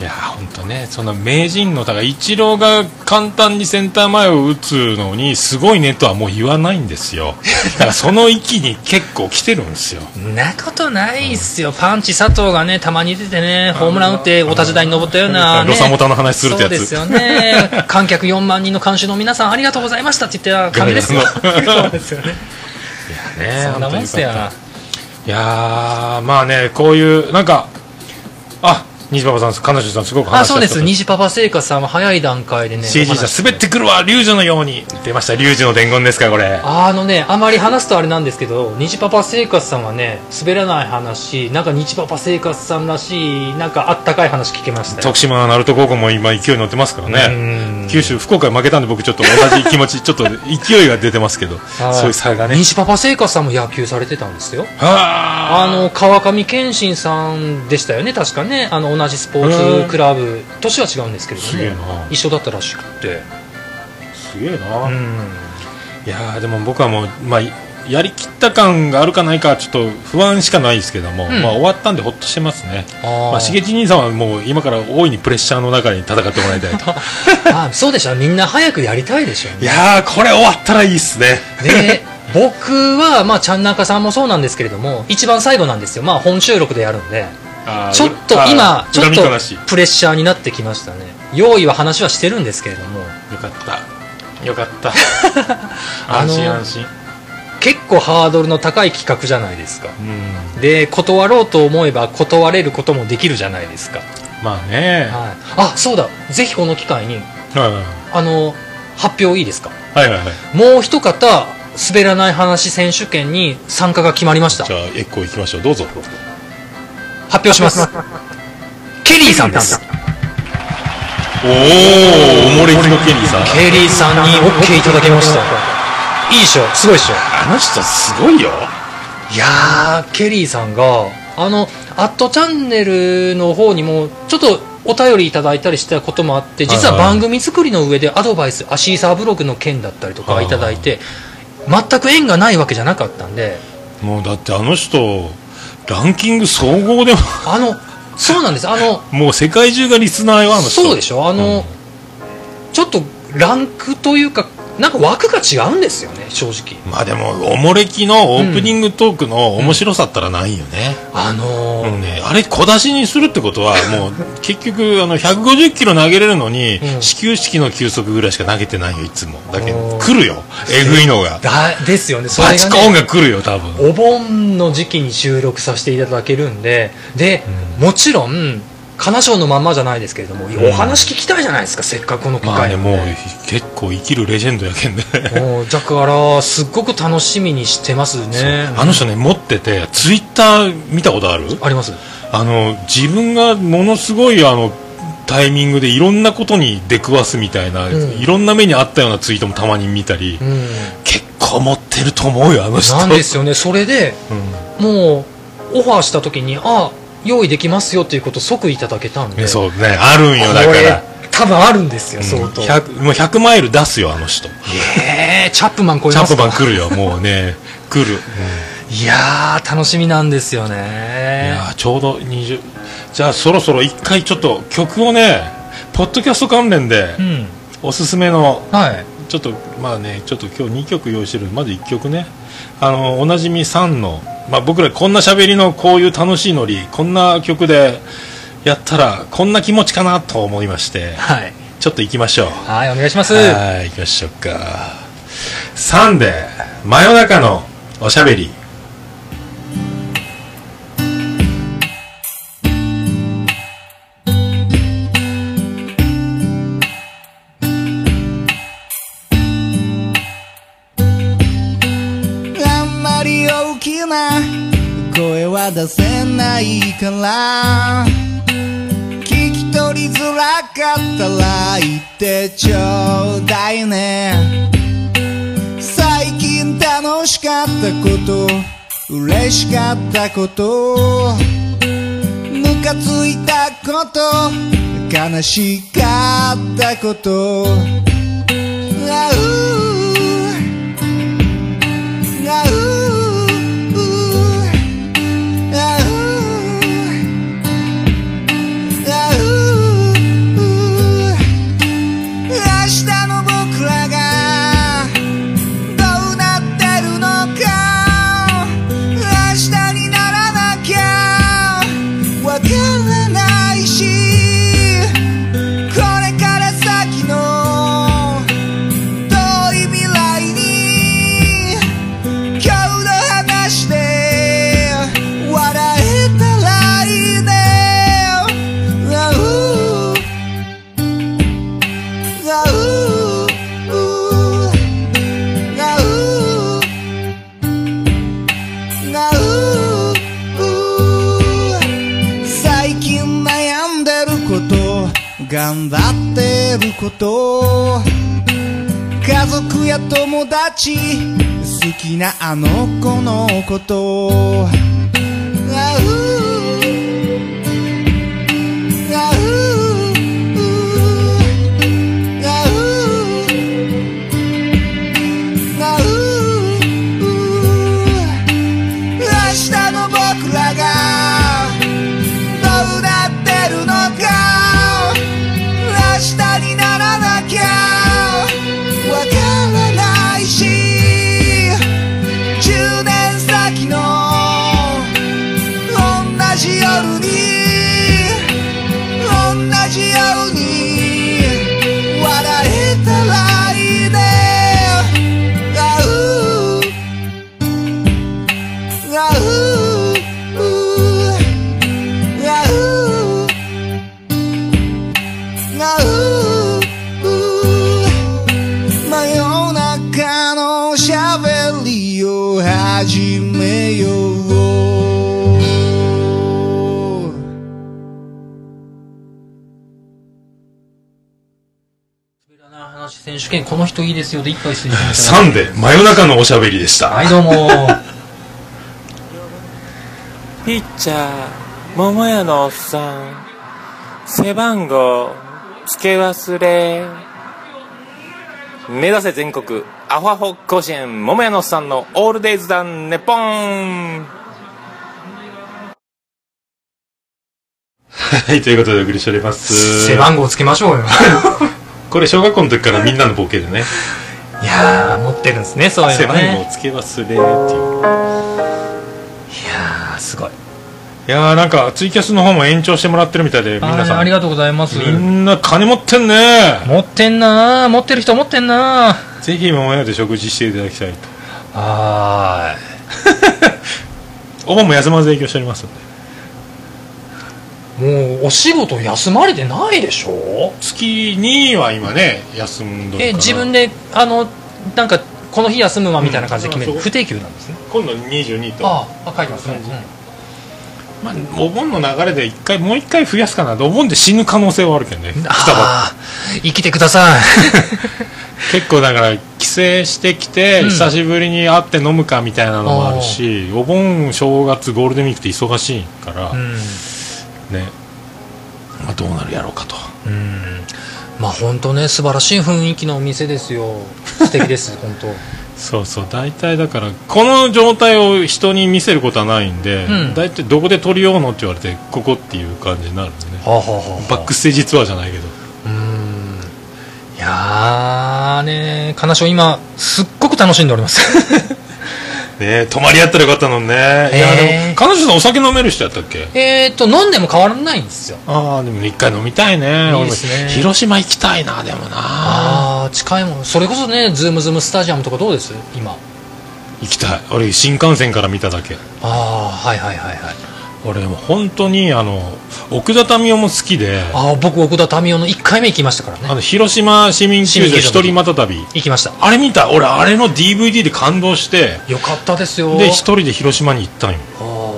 Speaker 1: いや本当ねそんな名人のだからイチローが簡単にセンター前を打つのにすごいねとはもう言わないんです よだからその域に結構来てるんですよ
Speaker 2: んなことないっすよ、パンチ佐藤がね、たまに出てね、ホームラン打って、お立ち台に登ったような、ね、
Speaker 1: ロサモタの話するってやつ
Speaker 2: そうです よね、観客4万人の観衆の皆さん、ありがとうございましたって言ってた神で すよ、そうですよね、
Speaker 1: ね
Speaker 2: そんなもんっすよな、
Speaker 1: いやーまあねこういうなんかあ虹パパさん彼女さんすごく
Speaker 2: あ
Speaker 1: 話し
Speaker 2: そうです、
Speaker 1: ね
Speaker 2: 虹パパ生活さんは早い段階でね、
Speaker 1: CG じゃ滑ってくるわ龍女のように出ました龍女の伝言ですかこれ
Speaker 2: あのね、あまり話すとあれなんですけど、虹パパ生活さんはね、滑らない話、なんか虹パパ生活さんらしい、なんかあったかい話聞けましたよ
Speaker 1: 徳島鳴門高校も今勢いに乗ってますから
Speaker 2: う
Speaker 1: ね
Speaker 2: ん
Speaker 1: 九州福岡負けたんで僕ちょっと同じ気持ちちょっと勢いが出てますけど
Speaker 2: はい
Speaker 1: そういう差がね
Speaker 2: 虹パパ生活さんも野球されてたんですよ。あ
Speaker 1: あ
Speaker 2: の川上健信さんでしたよね、確かね、あの同じスポーツクラブ、年は違うんですけれ
Speaker 1: すげえ
Speaker 2: ど
Speaker 1: な
Speaker 2: も、一緒だったらしくって、
Speaker 1: ーすげえな、
Speaker 2: う
Speaker 1: い
Speaker 2: ん、
Speaker 1: やーでも僕はもう、まあ、やりきった感があるかないかはちょっと不安しかないですけども、
Speaker 2: ん
Speaker 1: まあ、終わったんでほっとしてますね
Speaker 2: あー
Speaker 1: まあ、しげち兄さんはもう今から大いにプレッシャーの中に戦ってもらいたい と
Speaker 2: あそうでしょ、みんな早くやりたいでしょう
Speaker 1: い
Speaker 2: ね。
Speaker 1: やーこれ終わったらいいっすね
Speaker 2: で僕は、まあ、ちゃんなかさんもそうなんですけれども、一番最後なんですよ、まあ、本収録でやるんで、ちょっと今、ちょっと
Speaker 1: 恨み悲しい
Speaker 2: プレッシャーになってきましたね、用意は話はしてるんですけれども、
Speaker 1: よかったよかった
Speaker 2: あ
Speaker 1: 安
Speaker 2: の
Speaker 1: 心安心
Speaker 2: 結構ハードルの高い企画じゃないですか
Speaker 1: うん
Speaker 2: で断ろうと思えば断れることもできるじゃないですか、はい、
Speaker 1: まあね
Speaker 2: あそうだぜひこの機会に
Speaker 1: はいはい
Speaker 2: あの発表いいですか
Speaker 1: はいはいはい
Speaker 2: もう一方滑らない話選手権に参加が決まりました
Speaker 1: じゃあエッコー行きましょうどうぞ
Speaker 2: 発表しますケリーさんです
Speaker 1: おおおもれきのケリーさん
Speaker 2: ケリーさんに OK いただきましたいいでしょすごいでしょ
Speaker 1: あの人すごいよ
Speaker 2: いやーケリーさんがあの「アットチャンネル」の方にもちょっとお便りいただいたりしたこともあって実は
Speaker 1: はいはい
Speaker 2: 番組作りの上でアドバイスアシーサーブログの件だったりとかいただいて全く縁がないわけじゃなかったんで
Speaker 1: もうだってあの人ランキング総合でも
Speaker 2: あのそうなんですあの
Speaker 1: もう世界中がリスナーよあの人
Speaker 2: そうでしょあ
Speaker 1: う
Speaker 2: の、
Speaker 1: ん
Speaker 2: ちょっとランクというかなんか枠が違うんですよね正直
Speaker 1: まあでもおもれきのオープニングトークの面白さったらないよね、
Speaker 2: あのー
Speaker 1: もうね、あれ小出しにするってことはも う結局あの150キロ投げれるのに、
Speaker 2: うん
Speaker 1: 始球式の球速ぐらいしか投げてないよいつもだけど
Speaker 2: おー
Speaker 1: 来るよえぐいのが
Speaker 2: だですよねそれが
Speaker 1: バ
Speaker 2: ね
Speaker 1: チコーンが来るよ多分
Speaker 2: お盆の時期に収録させていただけるんでで、もちろん金賞のまんまじゃないですけれども、
Speaker 1: ん
Speaker 2: お話聞きたいじゃないですかせっかくこの機
Speaker 1: まあ
Speaker 2: 会
Speaker 1: ね
Speaker 2: なん
Speaker 1: もう
Speaker 2: で
Speaker 1: 結構生きるレジェンドやけんね
Speaker 2: もうだからすっごく楽しみにしてますね
Speaker 1: あの人ね持っててツイッター見たことある
Speaker 2: あります
Speaker 1: あの自分がものすごいあのタイミングでいろんなことに出くわすみたいな、
Speaker 2: うん
Speaker 1: いろんな目にあったようなツイートもたまに見たり、
Speaker 2: うん
Speaker 1: 結構持ってると思うよあの人
Speaker 2: なんですよねそれで
Speaker 1: うん
Speaker 2: もうオファーした時にあ用意できますよっていうこと即いただけたん
Speaker 1: ね
Speaker 2: で
Speaker 1: そうねあるんよだか
Speaker 2: これ
Speaker 1: ら、
Speaker 2: 多分あるんですよ、相当
Speaker 1: 100, もう100マイル出すよあの人チ
Speaker 2: えー、チャップマン超え
Speaker 1: ャ
Speaker 2: ま
Speaker 1: ッ
Speaker 2: す
Speaker 1: プ
Speaker 2: か
Speaker 1: マン来るよもう ね来る、うん
Speaker 2: いやー楽しみなんですよ
Speaker 1: い
Speaker 2: ね
Speaker 1: やーちょうど20じゃあそろそろ一回ちょっと曲をねポッドキャスト関連で
Speaker 2: うん
Speaker 1: おすすめの
Speaker 2: はい
Speaker 1: ちょっとまあねちょっと今日2曲用意してるまず1曲ねあのおなじみ3の、まあ、僕らこんな喋りのこういう楽しいノリこんな曲でやったらこんな気持ちかなと思いまして
Speaker 2: はい
Speaker 1: ちょっと行きましょう
Speaker 2: はいお願いします
Speaker 1: はい行きましょうか3で真夜中のおしゃべり
Speaker 3: あんまり大きな声は出せないから聞き取りづらかったら言ってちょうだいね最近楽しかったこと嬉しかったことムカついたこと悲しかったことあうあうあうあう明日の僕らがどうなってるのか明日にならなきゃわからないしこれから先の遠い未来に今日の話で笑えたらいいねあうあうあうあう最近悩んでること頑張ってること家族や友達好きなあの子のことあうあうあうあう明日の僕らがどうなってるのか明日にならなきゃわからないし10年先の同
Speaker 2: 話選手権、この人いいですよで一杯推薦
Speaker 1: サンデー真夜中のおしゃべりでした、
Speaker 2: はい、ど うも。
Speaker 4: ピッチャー、桃屋のおっさん、背番号、付け忘れ。目指せ全国、アホアホ甲子園、桃屋のおっさんのオールデイズダンネポン
Speaker 1: はいということでお送りしております
Speaker 2: 背番号つけまし ょうよ。
Speaker 1: これ小学校の時からみんなのボケでね
Speaker 2: いやー、持ってるんですね、そういう
Speaker 1: 背
Speaker 2: の
Speaker 1: 番
Speaker 2: ね。
Speaker 1: 号つけ忘れっていう
Speaker 2: いやー、すごい。
Speaker 1: いやーなんかツイキャスの方も延長してもらってるみたいで皆さ
Speaker 2: あ
Speaker 1: ん
Speaker 2: ありがとうございます。
Speaker 1: みんな金持ってんね
Speaker 2: 持ってんなー、持ってる人持ってんなー。
Speaker 1: ぜひ桃屋で食事していただきたいと
Speaker 2: は
Speaker 1: お盆も休まず営業しておりますので
Speaker 2: ーい。もう、お仕事休まれてないでしょ
Speaker 1: 月には今ね休んどるかな
Speaker 2: え、自分で、あの、なんか、この日休むわみたいな感じで決める。
Speaker 1: うん
Speaker 2: 不定休なんですね。
Speaker 1: 今度22と
Speaker 2: あーあ、書いてますね。
Speaker 1: まあ、お盆の流れで一回もう一回増やすかなとお盆で死ぬ可能性はあるけどね双葉
Speaker 2: あー生きてください。
Speaker 1: 結構だから帰省してきて、
Speaker 2: うん
Speaker 1: 久しぶりに会って飲むかみたいなのもあるしお盆正月ゴールデンウィークって忙しいから、
Speaker 2: うん
Speaker 1: ね、まあ、どうなるやろうかと
Speaker 2: うんまあ本当ね素晴らしい雰囲気のお店です よ素敵です本当
Speaker 1: そうそう大体だからこの状態を人に見せることはないんで、
Speaker 2: うん
Speaker 1: 大体どこで撮りようのって言われてここっていう感じになるんでね
Speaker 2: はあ、はあはあ
Speaker 1: バックステージツアーじゃないけど
Speaker 2: うんいやーね金賞今すっごく楽しんでおります
Speaker 1: ね泊まりやったらよかったのにね、いやでも彼女さんお酒飲める人やったっけ
Speaker 2: えっと飲んでも変わらないんですよ
Speaker 1: ああでも一回飲みたいね
Speaker 2: いいですね
Speaker 1: 俺広島行きたいなでもな
Speaker 2: ああ近いもんそれこそねズームズームスタジアムとかどうです今
Speaker 1: 行きたい俺新幹線から見ただけ
Speaker 2: ああはいはいはいはい
Speaker 1: 俺もう本当にあの奥田民生も好きであ
Speaker 2: ああ僕奥田民生の1回目行きましたからね
Speaker 1: の広島市民球場
Speaker 2: 市民球場
Speaker 1: 一人また旅
Speaker 2: 行きました
Speaker 1: あれ見た俺あれの DVD で感動して
Speaker 2: よかったですよ
Speaker 1: で一人で広島に行ったんよ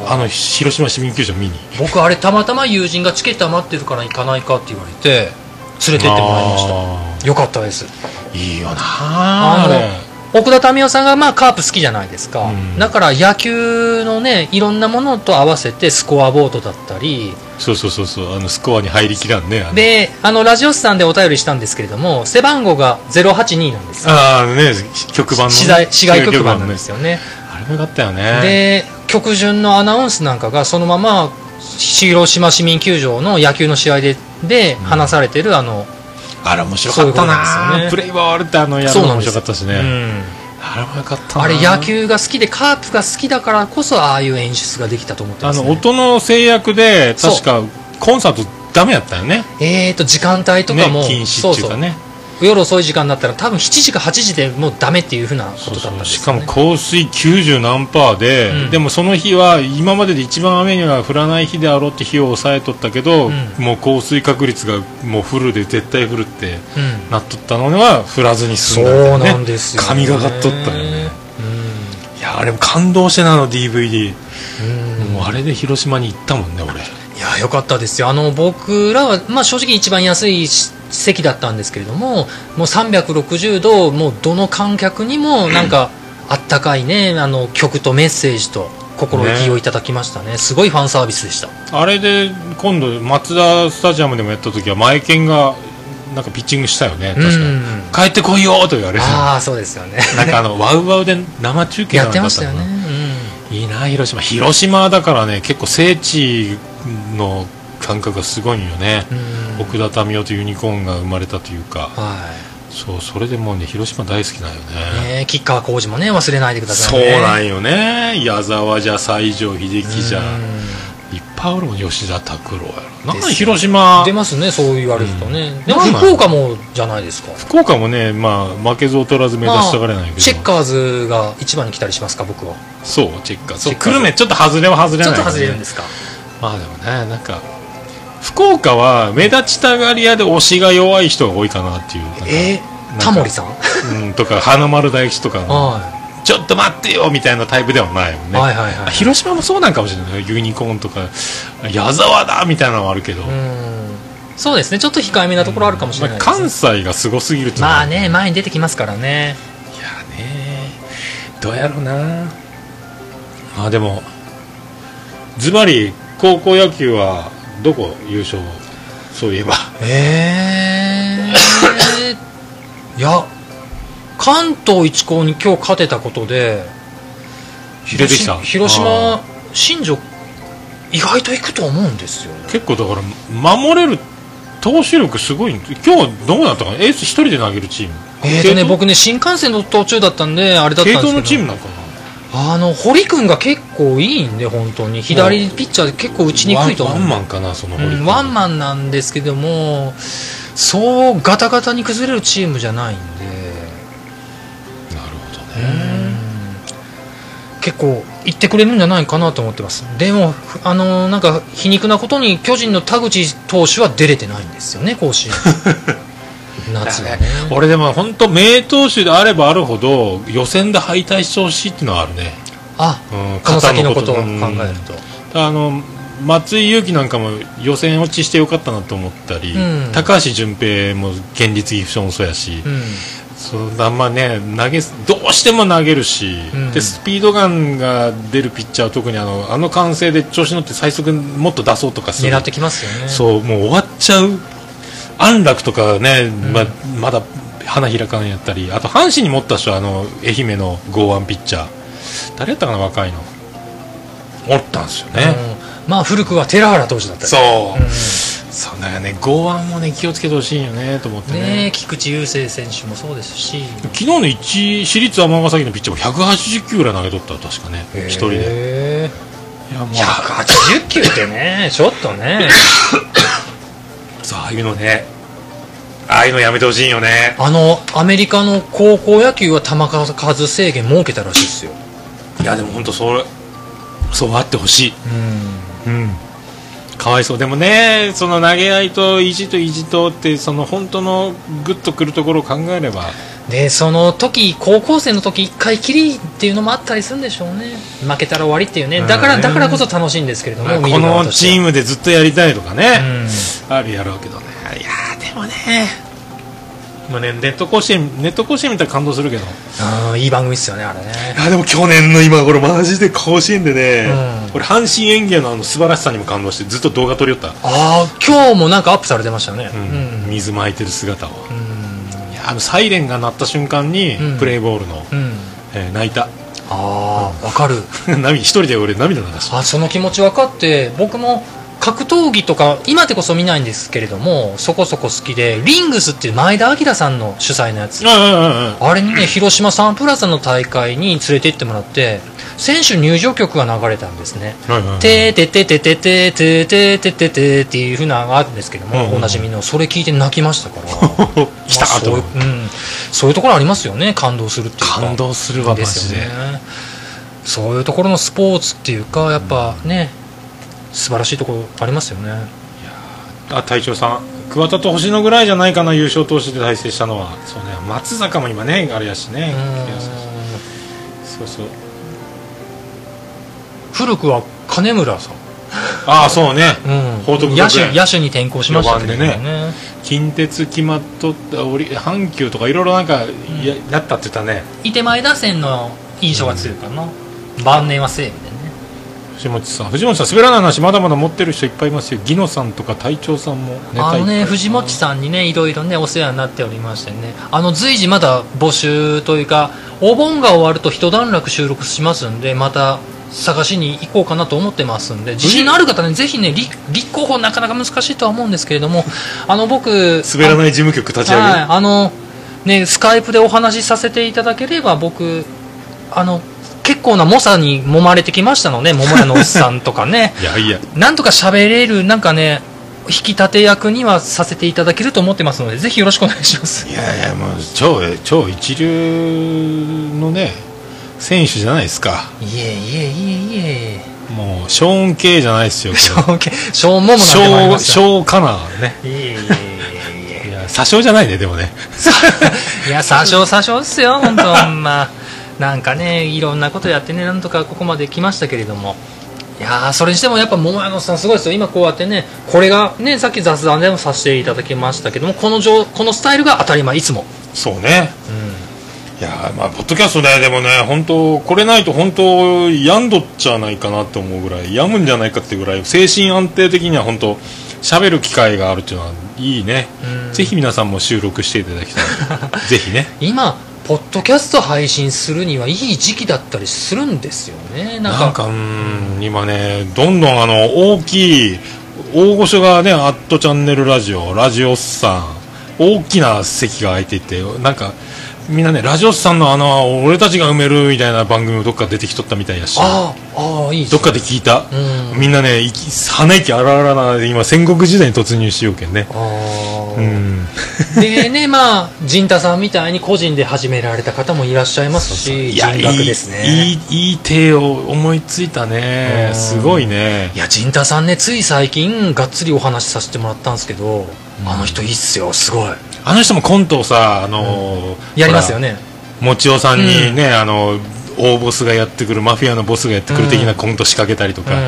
Speaker 2: ああ
Speaker 1: あの広島市民球場見に
Speaker 2: 僕あれたまたま友人がチケット余ってるから行かないかって言われて連れてってもらいまし
Speaker 1: あ
Speaker 2: たよかったです
Speaker 1: ーいいよな
Speaker 2: あ
Speaker 1: あれ
Speaker 2: の奥田民生さんがまあカープ好きじゃないですか、
Speaker 1: うん
Speaker 2: だから野球のねいろんなものと合わせてスコアボードだったり
Speaker 1: そうそうそうそうあのスコアに入りきらんねあの
Speaker 2: であのラジオスさんでお便りしたんですけれども背番号が082なんですよ
Speaker 1: ああね曲盤のね
Speaker 2: 市外市外局番なんですよね
Speaker 1: あれもよかったよね
Speaker 2: で曲順のアナウンスなんかがそのまま広島市民球場の野球の試合でで話されてる、あの
Speaker 1: あれ面白かった
Speaker 2: そういうことなんですよ
Speaker 1: な
Speaker 2: ね
Speaker 1: プレイボールってあのやる
Speaker 2: そう
Speaker 1: の
Speaker 2: なん
Speaker 1: 面
Speaker 2: です
Speaker 1: 白かったしね、
Speaker 2: うん
Speaker 1: あれもよかったな
Speaker 2: あれ野球が好きでカープが好きだからこそああいう演出ができたと思ってま
Speaker 1: あ
Speaker 2: す、
Speaker 1: の
Speaker 2: ね、
Speaker 1: 音の制約で確かコンサートダメやったよね
Speaker 2: えーと時間帯と
Speaker 1: ね
Speaker 2: かも、
Speaker 1: 禁止っていうかね
Speaker 2: そうそう夜遅い時間になったら多分7時か8時でもうダメっていうふうなことだったん
Speaker 1: そうそう
Speaker 2: で
Speaker 1: し
Speaker 2: す
Speaker 1: か
Speaker 2: よ、
Speaker 1: も
Speaker 2: ね、
Speaker 1: 降水90何パーで、
Speaker 2: うん
Speaker 1: でもその日は今までで一番雨が降らない日であろうって日を抑えとったけど、
Speaker 2: うん
Speaker 1: もう降水確率がもうフルで絶対降るって
Speaker 2: うん
Speaker 1: なっとったのは降らずに済んだみた
Speaker 2: そう
Speaker 1: いね
Speaker 2: なんですよ、ね、
Speaker 1: 神がかっとったよねいやあれも感動してなあの DVD
Speaker 2: うん、うん
Speaker 1: もうあれで広島に行ったもんね俺
Speaker 2: いやよかったですよあの僕らは、まあ、正直一番安いし席だったんですけれどももう360度もうどの観客にもなんかあったかいねあの曲とメッセージと心意気をいただきましたねすごいファンサービスでした
Speaker 1: あれで今度マツダスタジアムでもやった時は前剣がなんかピッチングしたよね確か
Speaker 2: う
Speaker 1: に
Speaker 2: ん
Speaker 1: 帰ってこいよーと言われて
Speaker 2: ああそうですよ ね
Speaker 1: なんかあのワウワウで生中継
Speaker 2: や
Speaker 1: な
Speaker 2: っ
Speaker 1: ん
Speaker 2: て
Speaker 1: かだ
Speaker 2: ま
Speaker 1: っ
Speaker 2: したたよ
Speaker 1: のか
Speaker 2: ね、
Speaker 1: な
Speaker 2: うん
Speaker 1: いいな広島広島だからね結構聖地の感覚がすごいんよね、
Speaker 2: うん
Speaker 1: 奥田民生とユニコーンが生まれたというか
Speaker 2: は
Speaker 1: そうそれでもうね広島大好きなんよ
Speaker 2: いねえ、吉川浩司もね忘れないでくださ
Speaker 1: そ
Speaker 2: いうね
Speaker 1: なんよね矢沢じゃ西城秀樹じゃ
Speaker 2: う
Speaker 1: いっぱいおるもん吉田拓郎やろなん
Speaker 2: です
Speaker 1: か
Speaker 2: よ
Speaker 1: 広島
Speaker 2: ん出ますねそう言われるとね、
Speaker 1: うん
Speaker 2: でも
Speaker 1: なんなん
Speaker 2: 福岡もじゃないですか
Speaker 1: 福岡もね、まあ、負けず劣らず目指したがれないけど、
Speaker 2: チェッカーズが一番に来たりしますか僕は
Speaker 1: そうチェッカーそう
Speaker 2: チェッカー
Speaker 1: 久留米ちょっと外れは外れ
Speaker 2: ち
Speaker 1: ない
Speaker 2: ょ
Speaker 1: け
Speaker 2: っ
Speaker 1: どね、
Speaker 2: と外れるんですか
Speaker 1: まあでもねなんか福岡は目立ちたがり屋で推しが弱い人が多いかなっていうなんか
Speaker 2: え
Speaker 1: なんか
Speaker 2: タモリさん、
Speaker 1: うん、とか花丸大吉とかの
Speaker 2: は
Speaker 1: ちょっと待ってよみたいなタイプではないもん
Speaker 2: い
Speaker 1: ね、
Speaker 2: はいはいはい
Speaker 1: 広島もそうなんかもしれないユニコーンとか矢沢だみたいなのはあるけど、
Speaker 2: うんそうですね、ちょっと控えめなところあるかもしれ
Speaker 1: ま
Speaker 2: な
Speaker 1: あ
Speaker 2: いです、
Speaker 1: 関西がすごすぎると
Speaker 2: まあね、前に出てきますからね。
Speaker 1: いやねどうやろうなまあでもズバリ高校野球はどこ優勝そういえば
Speaker 2: え ー、いや、関東一高に今日勝てたことで、
Speaker 1: 出てきた
Speaker 2: 広
Speaker 1: あ
Speaker 2: 島、新庄、意外と行くと思うんですよ。
Speaker 1: ー結構だから守れる投手力すごい今日どうなったかなエース一人で投げるチーム
Speaker 2: えーとね、僕ね、新幹線の途中だったんで、あれだったん
Speaker 1: 系
Speaker 2: ですけ
Speaker 1: 統
Speaker 2: ど、
Speaker 1: のチームなのかな
Speaker 2: あの、堀君が結構いいんで、本当に。左ピッチャーで結構打ちにくいと思う
Speaker 1: ワンワンマンかなその堀
Speaker 2: う
Speaker 1: 君
Speaker 2: んワンマンなんですけども、そうガタガタに崩れるチームじゃないんで、
Speaker 1: なるほど
Speaker 2: う
Speaker 1: ね
Speaker 2: ん結構、行ってくれるんじゃないかなと思ってます、でも、ふあのなんか皮肉なことに、巨人の田口投手は出れてないんですよね、甲子園。夏はね。
Speaker 1: 俺でも本当名投手であればあるほど予選で敗退してほしいっていうのはあるね
Speaker 2: あ
Speaker 1: うん
Speaker 2: この先のことを考えると。
Speaker 1: あの松井裕樹なんかも予選落ちしてよかったなと思ったり、
Speaker 2: うん
Speaker 1: 高橋純平も県立岐阜賞もそうやし、
Speaker 2: うん
Speaker 1: そのあんまね投げどうしても投げるし、
Speaker 2: うん
Speaker 1: でスピードガンが出るピッチャーは特にあのあの歓声で調子乗って最速もっと出そうとかする
Speaker 2: 狙ってきますよね。
Speaker 1: そうもう終わっちゃう安楽とかね、ままだ花開かんやったりあと阪神に持った人はあの愛媛の剛腕ピッチャー誰やったかな若いのおったんですよね、
Speaker 2: うんまあ古くは寺原投手だったり
Speaker 1: そう、
Speaker 2: うん
Speaker 1: そうだからね剛腕もね気をつけてほしいよねと思ってね
Speaker 2: ねえ菊池雄星選手もそうですし、
Speaker 1: 昨日の一私立尼崎のピッチャーも180球ぐらい投げとったわ確かね一人で
Speaker 2: で
Speaker 1: いやもう
Speaker 2: 180球ってねちょっとね
Speaker 1: そうああいうのねああいうのやめてほしいよね
Speaker 2: あのアメリカの高校野球は球数制限設けたらしいですよ
Speaker 1: いやでも本当そうそうあってほしい
Speaker 2: うん
Speaker 1: うんかわいそうでもねその投げ合いと意地と意地とってその本当のグッとくるところを考えれば
Speaker 2: でその時高校生の時一回きりっていうのもあったりするんでしょうね負けたら終わりっていうねだか
Speaker 1: う
Speaker 2: ら
Speaker 1: ん
Speaker 2: だからこそ楽しいんですけれども
Speaker 1: このチー
Speaker 2: ム
Speaker 1: ムでずっとやりたいとかね、あるやろうけどねいやーでもねまあねネット甲子園ネット甲子園見たら感動するけどい
Speaker 2: いい番組っすよねあれね
Speaker 1: やでも去年の今頃マジで甲子園でね
Speaker 2: うん
Speaker 1: 俺阪神園芸のあの素晴らしさにも感動してずっと動画撮りよった、
Speaker 2: ああ今日もなんかアップされてましたねう
Speaker 1: うん
Speaker 2: ん
Speaker 1: 水撒いてる姿を
Speaker 2: うん
Speaker 1: いやあのサイレンが鳴った瞬間に、
Speaker 2: うん
Speaker 1: プレーボールの、
Speaker 2: うん
Speaker 1: えー泣いた
Speaker 2: ああわかる
Speaker 1: 涙一人で俺涙流した
Speaker 2: あその気持ち分かって僕も格闘技とか今でこそ見ないんですけれどもそこそこ好きでリングスっていう前田明さんの主催のやつ
Speaker 1: うんうんうん
Speaker 2: あれにね広島サンプラザの大会に連れて行ってもらって選手入場曲が流れたんですね
Speaker 1: うん
Speaker 2: 「てーてててててててててて」っていうふうなのがあるんですけど
Speaker 1: うんうん
Speaker 2: もおなじみのそれ聞いて泣きましたから
Speaker 1: 来た
Speaker 2: まあそういう
Speaker 1: と
Speaker 2: うんそういうところありますよね感動するっていうか
Speaker 1: 感動するわマ
Speaker 2: です
Speaker 1: ジ
Speaker 2: よ
Speaker 1: で
Speaker 2: ねそういうところのスポーツっていうかやっぱね、素晴らしいところありますよね
Speaker 1: あ隊長さん桑田と星野ぐらいじゃないかな優勝投手で対戦したのはそうね松坂も今ねあれやしねそうそう
Speaker 2: 古くは金村さん、
Speaker 1: ああそうね
Speaker 2: うん、
Speaker 1: 報徳学園
Speaker 2: 野手野手に転向しましたけれども
Speaker 1: 四番
Speaker 2: ね
Speaker 1: 近鉄決まっとった折阪急とかいろいろなんかややったって言ったね
Speaker 2: いて前打線の印象が強いかな、晩年は西武でね
Speaker 1: 藤本さん藤本さん滑らない話まだまだ持ってる人いっぱいいますよギノさんとか隊長さんもネタい
Speaker 2: あ
Speaker 1: っ
Speaker 2: の
Speaker 1: ぱい
Speaker 2: ね藤本さんにねいろいろねお世話になっておりましてねあの随時まだ募集というかお盆が終わると一段落収録しますんでまた探しに行こうかなと思ってますんで自信のある方ねぜひね立立候補なかなか難しいとは思うんですけれどもあの僕
Speaker 1: 滑らない事務局立ち上げ
Speaker 2: はい、あのねスカイプでお話しさせていただければ僕あの結構な猛者に揉まれてきましたのね桃屋のおっさんとかね
Speaker 1: るいやいや
Speaker 2: なんとか喋れる、なんかね、引き立て役にはさせていただけると思ってますので、ぜひよろしくお願いします。
Speaker 1: いやいやもう超超一流のね選手じゃないですか
Speaker 2: いえいえいえいえ。
Speaker 1: もうショーン系じゃないですよこれ
Speaker 2: ショーンけ ショーンモモなん
Speaker 1: シ
Speaker 2: てもあり
Speaker 1: ョ
Speaker 2: ま
Speaker 1: ー
Speaker 2: す
Speaker 1: シ
Speaker 2: よ
Speaker 1: ョーカナーね
Speaker 2: いえいえいえい
Speaker 1: いや詐称じゃないねでも ね
Speaker 2: え。いや、詐称詐称っすよ、 本当ほんま。なんかね、いろんなことやってね、なんとかここまで来ましたけれども。いやーそれにしてもやっぱ桃屋のおっさんすごいですよ今こうやってねこれがねさっき雑談でもさせていただきましたけどもこのじょうこのスタイルが当たり前いつも
Speaker 1: そうねいやーまあポッドキャストねでもね本当これないと本当病んどっちゃないかなって思うぐらい病むんじゃないかってぐらい精神安定的には本当喋る機会があるっていうのはいいね
Speaker 2: うん
Speaker 1: ぜひ皆さんも収録していただきた いぜひね
Speaker 2: 今ポッドキャスト配信するにはいい時期だったりするんですよねなんか
Speaker 1: なんかうーん今ねどんどんあの大きい大御所がね「アットチャンネルラジオ」「ラジオスさん」大きな席が空いていてなんかみんなねラジオスさんのあの俺たちが埋めるみたいな番組もどっか出てきとったみたいやし
Speaker 2: あーあーいいす
Speaker 1: どっかで聞いた、
Speaker 2: うん
Speaker 1: みんなね息鼻息あらあらなで今戦国時代に突入しようけんね
Speaker 2: あ
Speaker 1: う
Speaker 2: ー
Speaker 1: ん
Speaker 2: でね まあ陣太さんみたいに個人で始められた方もいらっしゃいますし
Speaker 1: いや
Speaker 2: 人格ですね
Speaker 1: いいいいいい手を思いついたね
Speaker 2: うん
Speaker 1: すごいね
Speaker 2: いや陣太さんねつい最近がっつりお話しさせてもらったんですけど、あの人いいっすよすごい
Speaker 1: あの人もコントをさあのー、
Speaker 2: やりますよね
Speaker 1: もちおさんにね、あの大ボスがやってくるマフィアのボスがやってくる的なコント仕掛けたりと
Speaker 2: う
Speaker 1: か、
Speaker 2: ん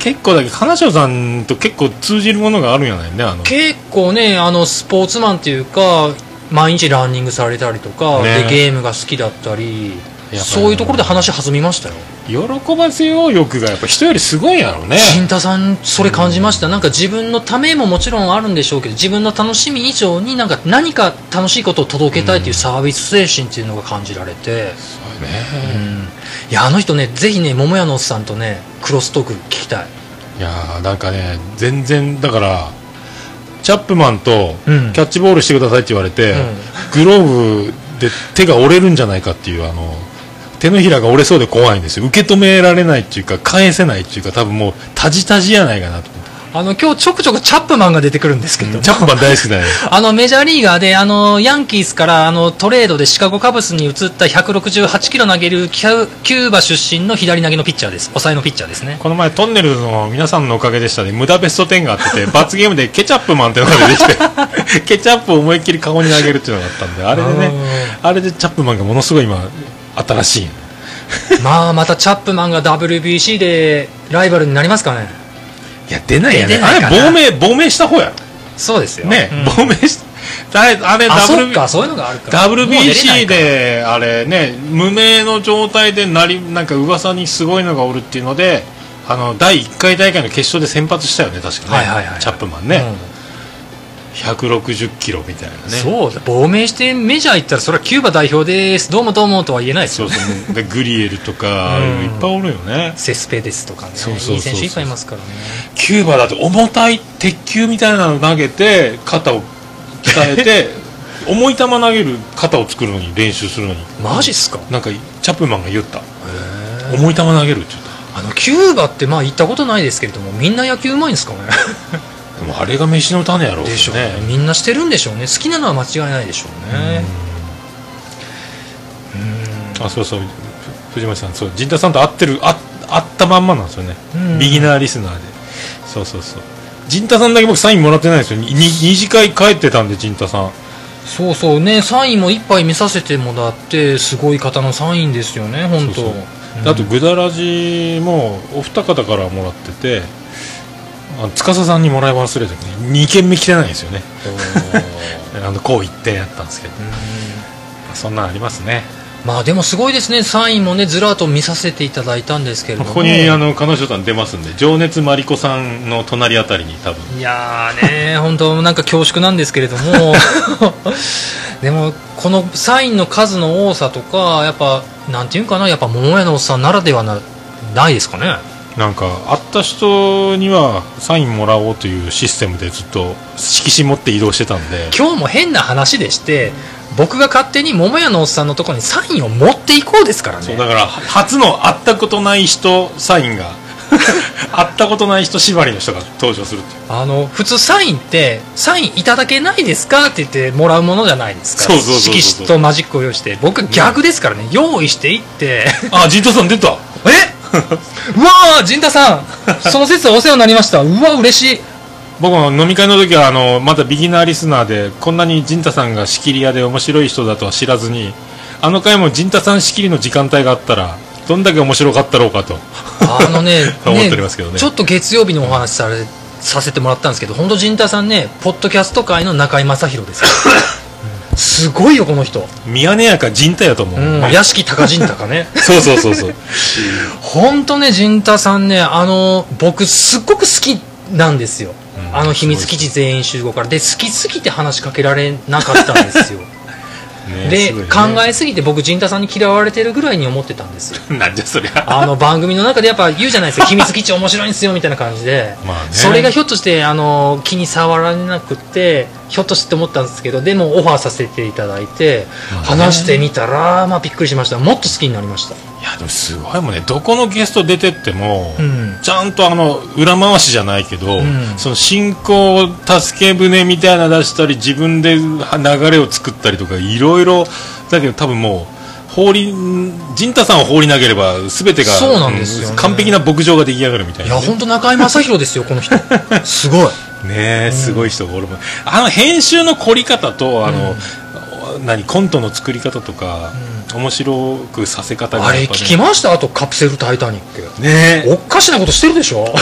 Speaker 1: 結構だけど金城さんと結構通じるものがあるんやないねあの
Speaker 2: 結構ねあのスポーツマンっていうか毎日ランニングされたりとか、
Speaker 1: ね
Speaker 2: でゲームが好きだったり
Speaker 1: り
Speaker 2: そういうところで話弾みましたよ
Speaker 1: 喜ばせよう欲がやっぱ人よりすごいんやろうね
Speaker 2: 新田さんそれ感じました、なんか自分のためももちろんあるんでしょうけど自分の楽しみ以上になんか何か楽しいことを届けたいというサービス精神っていうのが感じられて、
Speaker 1: ね
Speaker 2: うんいやあの人ねぜひね桃屋のおっさんとねクロストーク聞きたい
Speaker 1: いやーなんかね全然だからチャップマンとキ
Speaker 2: うん
Speaker 1: ャッチボールしてくださいって言われて、グローブで手が折れるんじゃないかっていうあの手のひらが折れそうで怖いんですよ受け止められないっていうか返せないっていうか多分もうタジタジやないかなと思って
Speaker 2: あの今日ちょくちょくチャップマンが出てくるんですけど、
Speaker 1: チャップマン大好きだよ
Speaker 2: あのメジャーリーガーであのヤンキースからあのトレードでシカゴカブスに移った168キロ投げるキュキューバ出身の左投げのピッチャーです抑えのピッチャ ーですね
Speaker 1: この前トンネルズの皆さんのおかげでしたね無駄ベスト10があってて罰ゲームでケチャップマンってのが出て きてケチャップを思いっきり顔に投げるっていうのがあったんであれでねあれでチャップマンがものすごい今新しい
Speaker 2: まあまたチャップマンが WBC でライバルになりますかね
Speaker 1: いや出ないやね
Speaker 2: 出ないか
Speaker 1: あ
Speaker 2: な
Speaker 1: れ亡命亡命した方や
Speaker 2: そうですよ
Speaker 1: ね、
Speaker 2: うん
Speaker 1: 亡命したあれあれ
Speaker 2: あそっ
Speaker 1: WB
Speaker 2: かそういうのがあるからもう出れない
Speaker 1: WBC
Speaker 2: か
Speaker 1: であれね無名の状態でなりなんか噂にすごいのがおるっていうのであの第1回大会の決勝で先発したよね確かね、
Speaker 2: はいはいはい
Speaker 1: チャップマンね、
Speaker 2: うん
Speaker 1: 160キロみたいなね
Speaker 2: そうだ亡命してメジャー行ったらそれはキューバ代表ですどうもどうもとは言えないです
Speaker 1: そ
Speaker 2: よ
Speaker 1: うそうでグリエルとか、
Speaker 2: うん
Speaker 1: いっぱいおるよね
Speaker 2: セスペですとかね
Speaker 1: そうそうそうそう
Speaker 2: いい選手いっぱいいますからね
Speaker 1: キューバだって重たい鉄球みたいなの投げて肩を鍛え て重い球投げる肩を作るのに練習するのに
Speaker 2: マジっすか
Speaker 1: なんかチャップマンが言った重い球投げるって言った
Speaker 2: あのキューバってまあ行ったことないですけれどもみんな野球うまいんですかね
Speaker 1: でもあれが飯の種やろうね
Speaker 2: でしょうねみんなしてるんでしょうね好きなのは間違いないでしょうね
Speaker 1: あそうそうふ藤森さんそう陣田さんと会ってるあ会ったまんまなんですよね
Speaker 2: うん
Speaker 1: ビギナーリスナーでそうそうそう陣田さんだけ僕サインもらってないんですよにに二次会帰ってたんで陣田さん
Speaker 2: そうそうねサインも一杯見させてもらってすごい方のサインですよね本当
Speaker 1: そうそうあとグダラジもお二方からもらっててあ司さんにもらい忘れたけど2軒目来てないんですよね あのこう一点やったんですけどそんなんありますね
Speaker 2: まあでもすごいですねサインもねずらっと見させていただいたんですけれど
Speaker 1: こ
Speaker 2: も
Speaker 1: こにあの彼女さん出ますんで情熱マリコさんの隣あたりに多分
Speaker 2: いやーね、本当、なんか恐縮なんですけれど も、でも、このサインの数の多さとか、やっぱ、なんていうんかな、やっぱ、桃屋のおっさんならではなないですかね。
Speaker 1: なんか会った人にはサインもらおうというシステムでずっと色紙持って移動してたん で
Speaker 2: 今日も変な話でして、僕が勝手に桃屋のおっさんのところにサインを持っていこうですから
Speaker 1: そう
Speaker 2: ね。
Speaker 1: だから初の会ったことない人サインが 会ったことない人縛りの人が登場するっていう
Speaker 2: あの、普通サインって、サインいただけないですかって言ってもらうものじゃないですか。
Speaker 1: そうそうそうそう
Speaker 2: 色紙とマジックを用意して、僕逆ですからね、用意していって、
Speaker 1: あジントさん出た
Speaker 2: えうわー陣 太さんその説はお世話になりましたうわ嬉しい
Speaker 1: 僕も飲み会の時はあのまだビギナーリスナーでこんなに陣太さんが仕切り屋で面白い人だとは知らずにあの回も陣太さん仕切りの時間帯があったらどんだけ面白かったろうかと。
Speaker 2: あのね
Speaker 1: 思っておりますけどね
Speaker 2: ちょっと月曜日のお話しされさせてもらったんですけど本当陣太さんねポッドキャスト界の中井正広です すごいよこの人、
Speaker 1: ミヤネ屋か人体やと思う。
Speaker 2: うん、屋敷高陣太かね
Speaker 1: そうそうそうそう。
Speaker 2: 本当ね陣太さんねあの僕すっごく好きなんですよ、
Speaker 1: うん
Speaker 2: あの秘密基地全員集合からで好きすぎて話しかけられなかったんですよ
Speaker 1: ね
Speaker 2: で、
Speaker 1: すごいね
Speaker 2: 考えすぎて僕陣太さんに嫌われてるぐらいに思ってた んですよ
Speaker 1: なんじゃそりゃ。
Speaker 2: あの番組の中でやっぱ言うじゃないですか秘密基地面白いんですよみたいな感じで、
Speaker 1: まあね
Speaker 2: それがひょっとしてあの気に触られなくてひょっとして思ったんですけどでもオファーさせていただいて、
Speaker 1: まあね
Speaker 2: 話してみたら、まあ、びっくりしましたもっと好きになりました
Speaker 1: いや、でもすごいもんね。どこのゲスト出てっても、
Speaker 2: うん
Speaker 1: ちゃんとあの、裏回しじゃないけど、
Speaker 2: ん
Speaker 1: その進行助け舟みたいなの出したり、自分で流れを作ったりとか、いろいろ、だけど多分もう、放り、陣太さんを放り投げれば、すべてが、
Speaker 2: そうなんですよね
Speaker 1: う完璧な牧場が出来上がるみたい
Speaker 2: い
Speaker 1: な
Speaker 2: や
Speaker 1: ね、
Speaker 2: 本当中居正広ですよこの 人すごい
Speaker 1: ねえ、すごい人がおるもんあの編集の凝り方とあの、何コントの作り方とか、面白くさせ方が
Speaker 2: あれ
Speaker 1: やっぱね
Speaker 2: 聞きましたあとカプセルタイタニック
Speaker 1: ねえ
Speaker 2: おっかしなことしてる でしょ、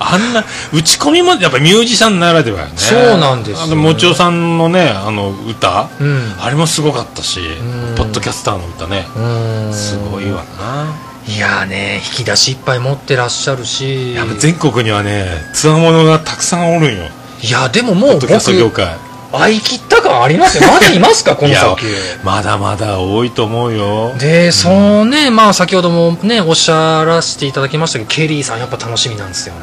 Speaker 1: あんな打ち込みもやっぱミュージシャンならではよね
Speaker 2: そうなんですよ
Speaker 1: あのもちおさんのねあの歌、
Speaker 2: うん
Speaker 1: あれもすごかったし、
Speaker 2: ん
Speaker 1: ポッドキャスターの歌ね、
Speaker 2: うん
Speaker 1: すごいわない
Speaker 2: やーね引き出しいっぱい持ってらっしゃるし
Speaker 1: やっぱ全国にはねつわものがたくさんおるんよ
Speaker 2: いやでもも
Speaker 1: ポ
Speaker 2: う
Speaker 1: ッド
Speaker 2: 僕
Speaker 1: キャスト業界
Speaker 2: 会い切った感ありますよまだいま すかこの
Speaker 1: いや
Speaker 2: 先
Speaker 1: まだまだ多いと思うよ
Speaker 2: でそのねまあ先ほどもねおっしゃらせていただきましたけどケリーさんやっぱ楽しみなんですよね、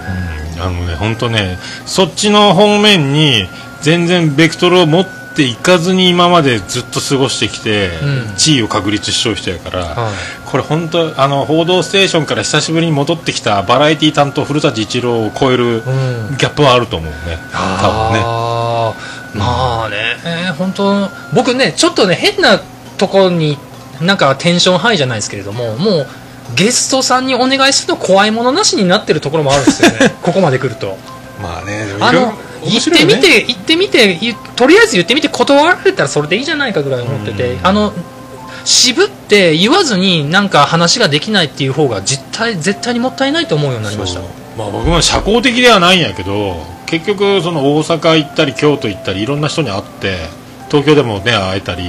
Speaker 1: あのね、本当ね、そっちの方面に全然ベクトルを持っていかずに今までずっと過ごしてきて、
Speaker 2: うん
Speaker 1: 地位を確立しちゃう人やから、
Speaker 2: はい
Speaker 1: これ本当、あの、報道ステーションから久しぶりに戻ってきたバラエティ担当古舘一郎を超えるギ
Speaker 2: ん
Speaker 1: ャップはあると思うね。多分ね。
Speaker 2: あーまあね、えー本当僕ねちょっとね変なところになんかテンションハイじゃないですけれどももうゲストさんにお願いするの怖いものなしになってるところもあるんですよ ねここまで来ると
Speaker 1: まあね、でも
Speaker 2: あ
Speaker 1: いろい
Speaker 2: の
Speaker 1: ろ
Speaker 2: 言
Speaker 1: 面
Speaker 2: っ
Speaker 1: 白い
Speaker 2: て
Speaker 1: よ
Speaker 2: み
Speaker 1: ね
Speaker 2: て言ってみて言とりあえず言ってみて断られたらそれでいいじゃないかぐらい思ってて
Speaker 1: うん
Speaker 2: あの渋って言わずになんか話ができないっていう方が実態絶対にもったいないと思うようになりました
Speaker 1: そうまあ、僕も社交的ではないんやけど結局その大阪行ったり京都行ったりいろんな人に会って東京でもね会えたり、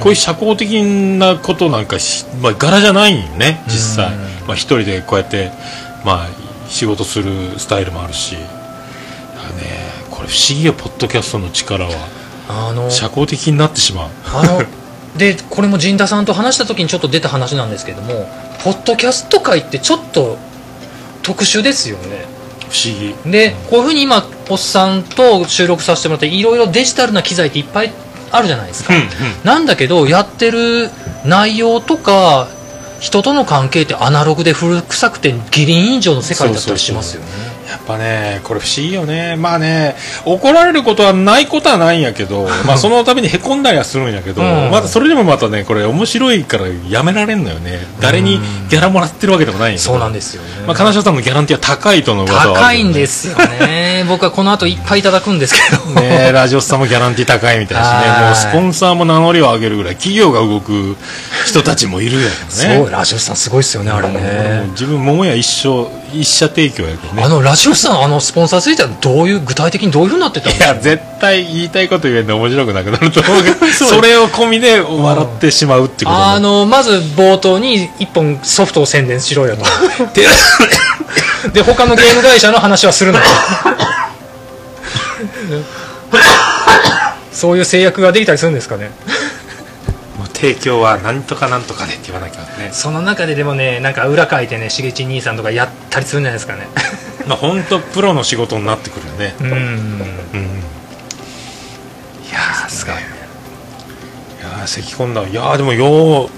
Speaker 1: こういう社交的なことなんかし、まあ、柄じゃないんよね実際、
Speaker 2: うん
Speaker 1: まあ、一人でこうやって、まあ、仕事するスタイルもあるしだからねこれ不思議よポッドキャストの力は
Speaker 2: あの
Speaker 1: 社交的になってしまう
Speaker 2: あのでこれも陣田さんと話した時にちょっと出た話なんですけどもポッドキャスト界ってちょっと特殊ですよね
Speaker 1: 不思議
Speaker 2: で、こういうふうに今おっさんと収録させてもらっていろいろデジタルな機材っていっぱいあるじゃないですか、
Speaker 1: うんうん
Speaker 2: なんだけどやってる内容とか人との関係ってアナログで古臭くてギリン以上の世界だったりしますよね
Speaker 1: やっぱね、これ不思議よね。まあね、怒られることはないことはないんやけ ど、まあそのために凹んだりはするんやけど、
Speaker 2: うん
Speaker 1: まだそれでもまたね、これ面白いからやめられんのよね。誰にギャラもらってるわけでもないんやけど
Speaker 2: そうなんですよね、
Speaker 1: まあ金城さんのギャランティーは高いとの噂はあ
Speaker 2: 高
Speaker 1: る
Speaker 2: い
Speaker 1: けどね
Speaker 2: んで。すよね僕はこの後いっぱいいただくんですけど
Speaker 1: ねラジオスさんもギャランティー高いみたい
Speaker 2: はい
Speaker 1: だしね、もうスポンサーも名乗りを上げるぐらい、企業が動く人たちもいるや
Speaker 2: す
Speaker 1: ろ
Speaker 2: ご
Speaker 1: ね。
Speaker 2: いラジオさんすごいですよねあれ
Speaker 1: もう
Speaker 2: ね
Speaker 1: 自分、桃屋一生、一社提供やけどね
Speaker 2: あ。のラジオさんあのスポンサーついたらどういう具体的にどういうふうになってたの
Speaker 1: いや、絶対言いたいこと言えんで面白くなくなると思うけど、 それを込みで笑ってしまうってことも
Speaker 2: あのまず冒頭に一本ソフトを宣伝しろ よとで他のゲーム会社の話はする なとそういう制約ができたりするんですかね
Speaker 1: もう提供はなんとかなんとかでって言わなきゃね。
Speaker 2: その中ででもねなんか裏書いてねしげち兄さんとかやったりするんじゃないですかね
Speaker 1: まあ、本当プロの仕事になってくるよね。
Speaker 2: うーん
Speaker 1: うん。いやー、すごい。いやー、咳込んだ。いやー、でもよ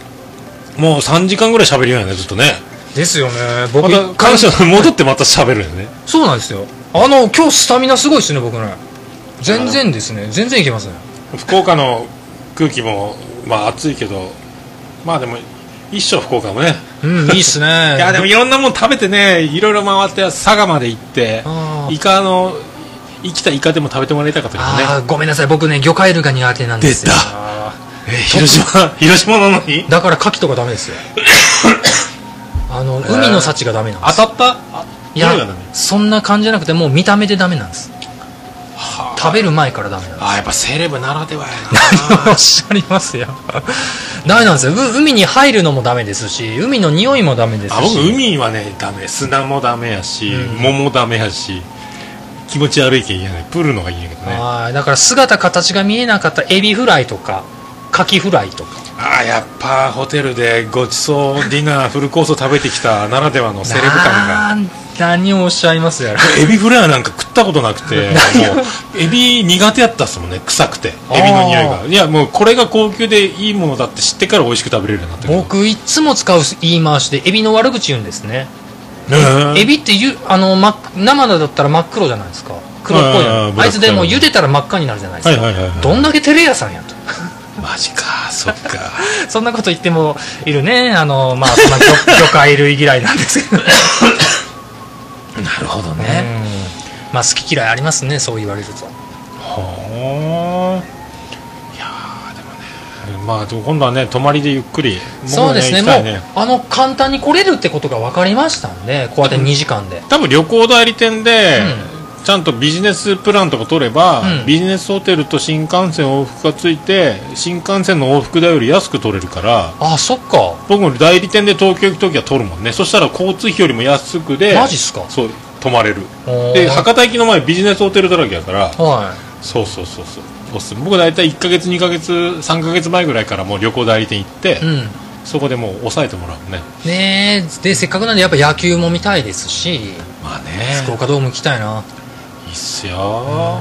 Speaker 1: う、もう3時間ぐらい喋るようやね、ずっとね。
Speaker 2: ですよね
Speaker 1: ま
Speaker 2: 僕
Speaker 1: た、
Speaker 2: 一
Speaker 1: 感
Speaker 2: 回
Speaker 1: 謝戻ってまた喋るよね。
Speaker 2: そうなんですよあの今日スタミナすごいですね僕ね全然ですね全然いけますね
Speaker 1: 福岡の空気も、まあ暑いけど、まあでも、一生福岡もね、
Speaker 2: うんいいっすね
Speaker 1: いやでもいろんなもん食べてねいろいろ回って佐賀まで行って
Speaker 2: あー
Speaker 1: イカの生きたイカでも食べてもらいたかったけどね
Speaker 2: あーごめんなさい僕ね魚介類が苦手なんですよ
Speaker 1: 出た
Speaker 2: あ
Speaker 1: え広島、 広島なのに
Speaker 2: だから牡蠣とかダメです よあの海の幸がダメなんで
Speaker 1: 当
Speaker 2: す
Speaker 1: たったあ
Speaker 2: い
Speaker 1: 匂がダ
Speaker 2: や
Speaker 1: メ
Speaker 2: そんな感じじゃなくてもう見た目でダメなんです
Speaker 1: は
Speaker 2: 食べる前からダメなんで
Speaker 1: あ、やっぱセレブならではや
Speaker 2: す おっしゃりますよダメなんですよう海に入るのもダメですし海の匂いもダメです
Speaker 1: な。
Speaker 2: し
Speaker 1: あ、僕、海はね、ダメ。砂もダメやし、桃もダメやし、気持ち悪いけん嫌ね。プールのがいいんやけどね。あ
Speaker 2: はいだから姿形が見えなかったエビフライとかカキフライとか
Speaker 1: あ、やっぱホテルでごちそう、ディナー、フルコースを食べてきたならではのセレブ感が。
Speaker 2: なー何をおっしゃいますやら
Speaker 1: エビフライなんか食ったことなく て、もう、エビ苦手やったっすもんね、臭くて。エビの匂い
Speaker 2: あ
Speaker 1: が。いや、もうこれが高級でいいものだって知ってから美味しく食べれるようになったけど。
Speaker 2: 僕いっつも使う言い回しでエビの悪口言うんですね
Speaker 1: うん
Speaker 2: エビってゆあの、ま、生だったら真っ黒じゃないですか黒っぽいじゃない
Speaker 1: あーブ
Speaker 2: あ
Speaker 1: ラック
Speaker 2: いつでも茹でたら真っ赤になるじゃないですか、
Speaker 1: はいはいはいはい
Speaker 2: どんだけテレ屋さんやと
Speaker 1: マジか、そっ か。
Speaker 2: そんなこと言ってもいるねあのまあそんな魚 魚介類嫌いなんですけどね
Speaker 1: なるほど
Speaker 2: う。んまあ好き嫌いありますねそう言われると
Speaker 1: ほーいやーでもねまあでも今度はね泊まりでゆっくり
Speaker 2: そうですね
Speaker 1: 僕
Speaker 2: も
Speaker 1: 行き
Speaker 2: う
Speaker 1: たいね
Speaker 2: あの簡単に来れるってことが分かりましたんでこうやって2時間で、
Speaker 1: 多分旅行代理店で、ちゃんとビジネスプランとか取れば、
Speaker 2: うん
Speaker 1: ビジネスホテルと新幹線往復がついて新幹線の往復代より安く取れるから
Speaker 2: あそっか
Speaker 1: 僕も代理店で東京行く時は取るもんねそしたら交通費よりも安くで
Speaker 2: マジっすか
Speaker 1: そう泊まれる
Speaker 2: おー
Speaker 1: で博多駅の前ビジネスホテルだらけやから
Speaker 2: は
Speaker 1: そうそうそうそうおすすめ僕大体1か月2か月3か月前ぐらいからもう旅行代理店行って、
Speaker 2: いうん
Speaker 1: そこでもう抑えてもらうね
Speaker 2: ねえでせっかくなんでやっぱ野球も見たいですし
Speaker 1: まあね
Speaker 2: 福岡ドーム行きたいな、
Speaker 1: いいっすよ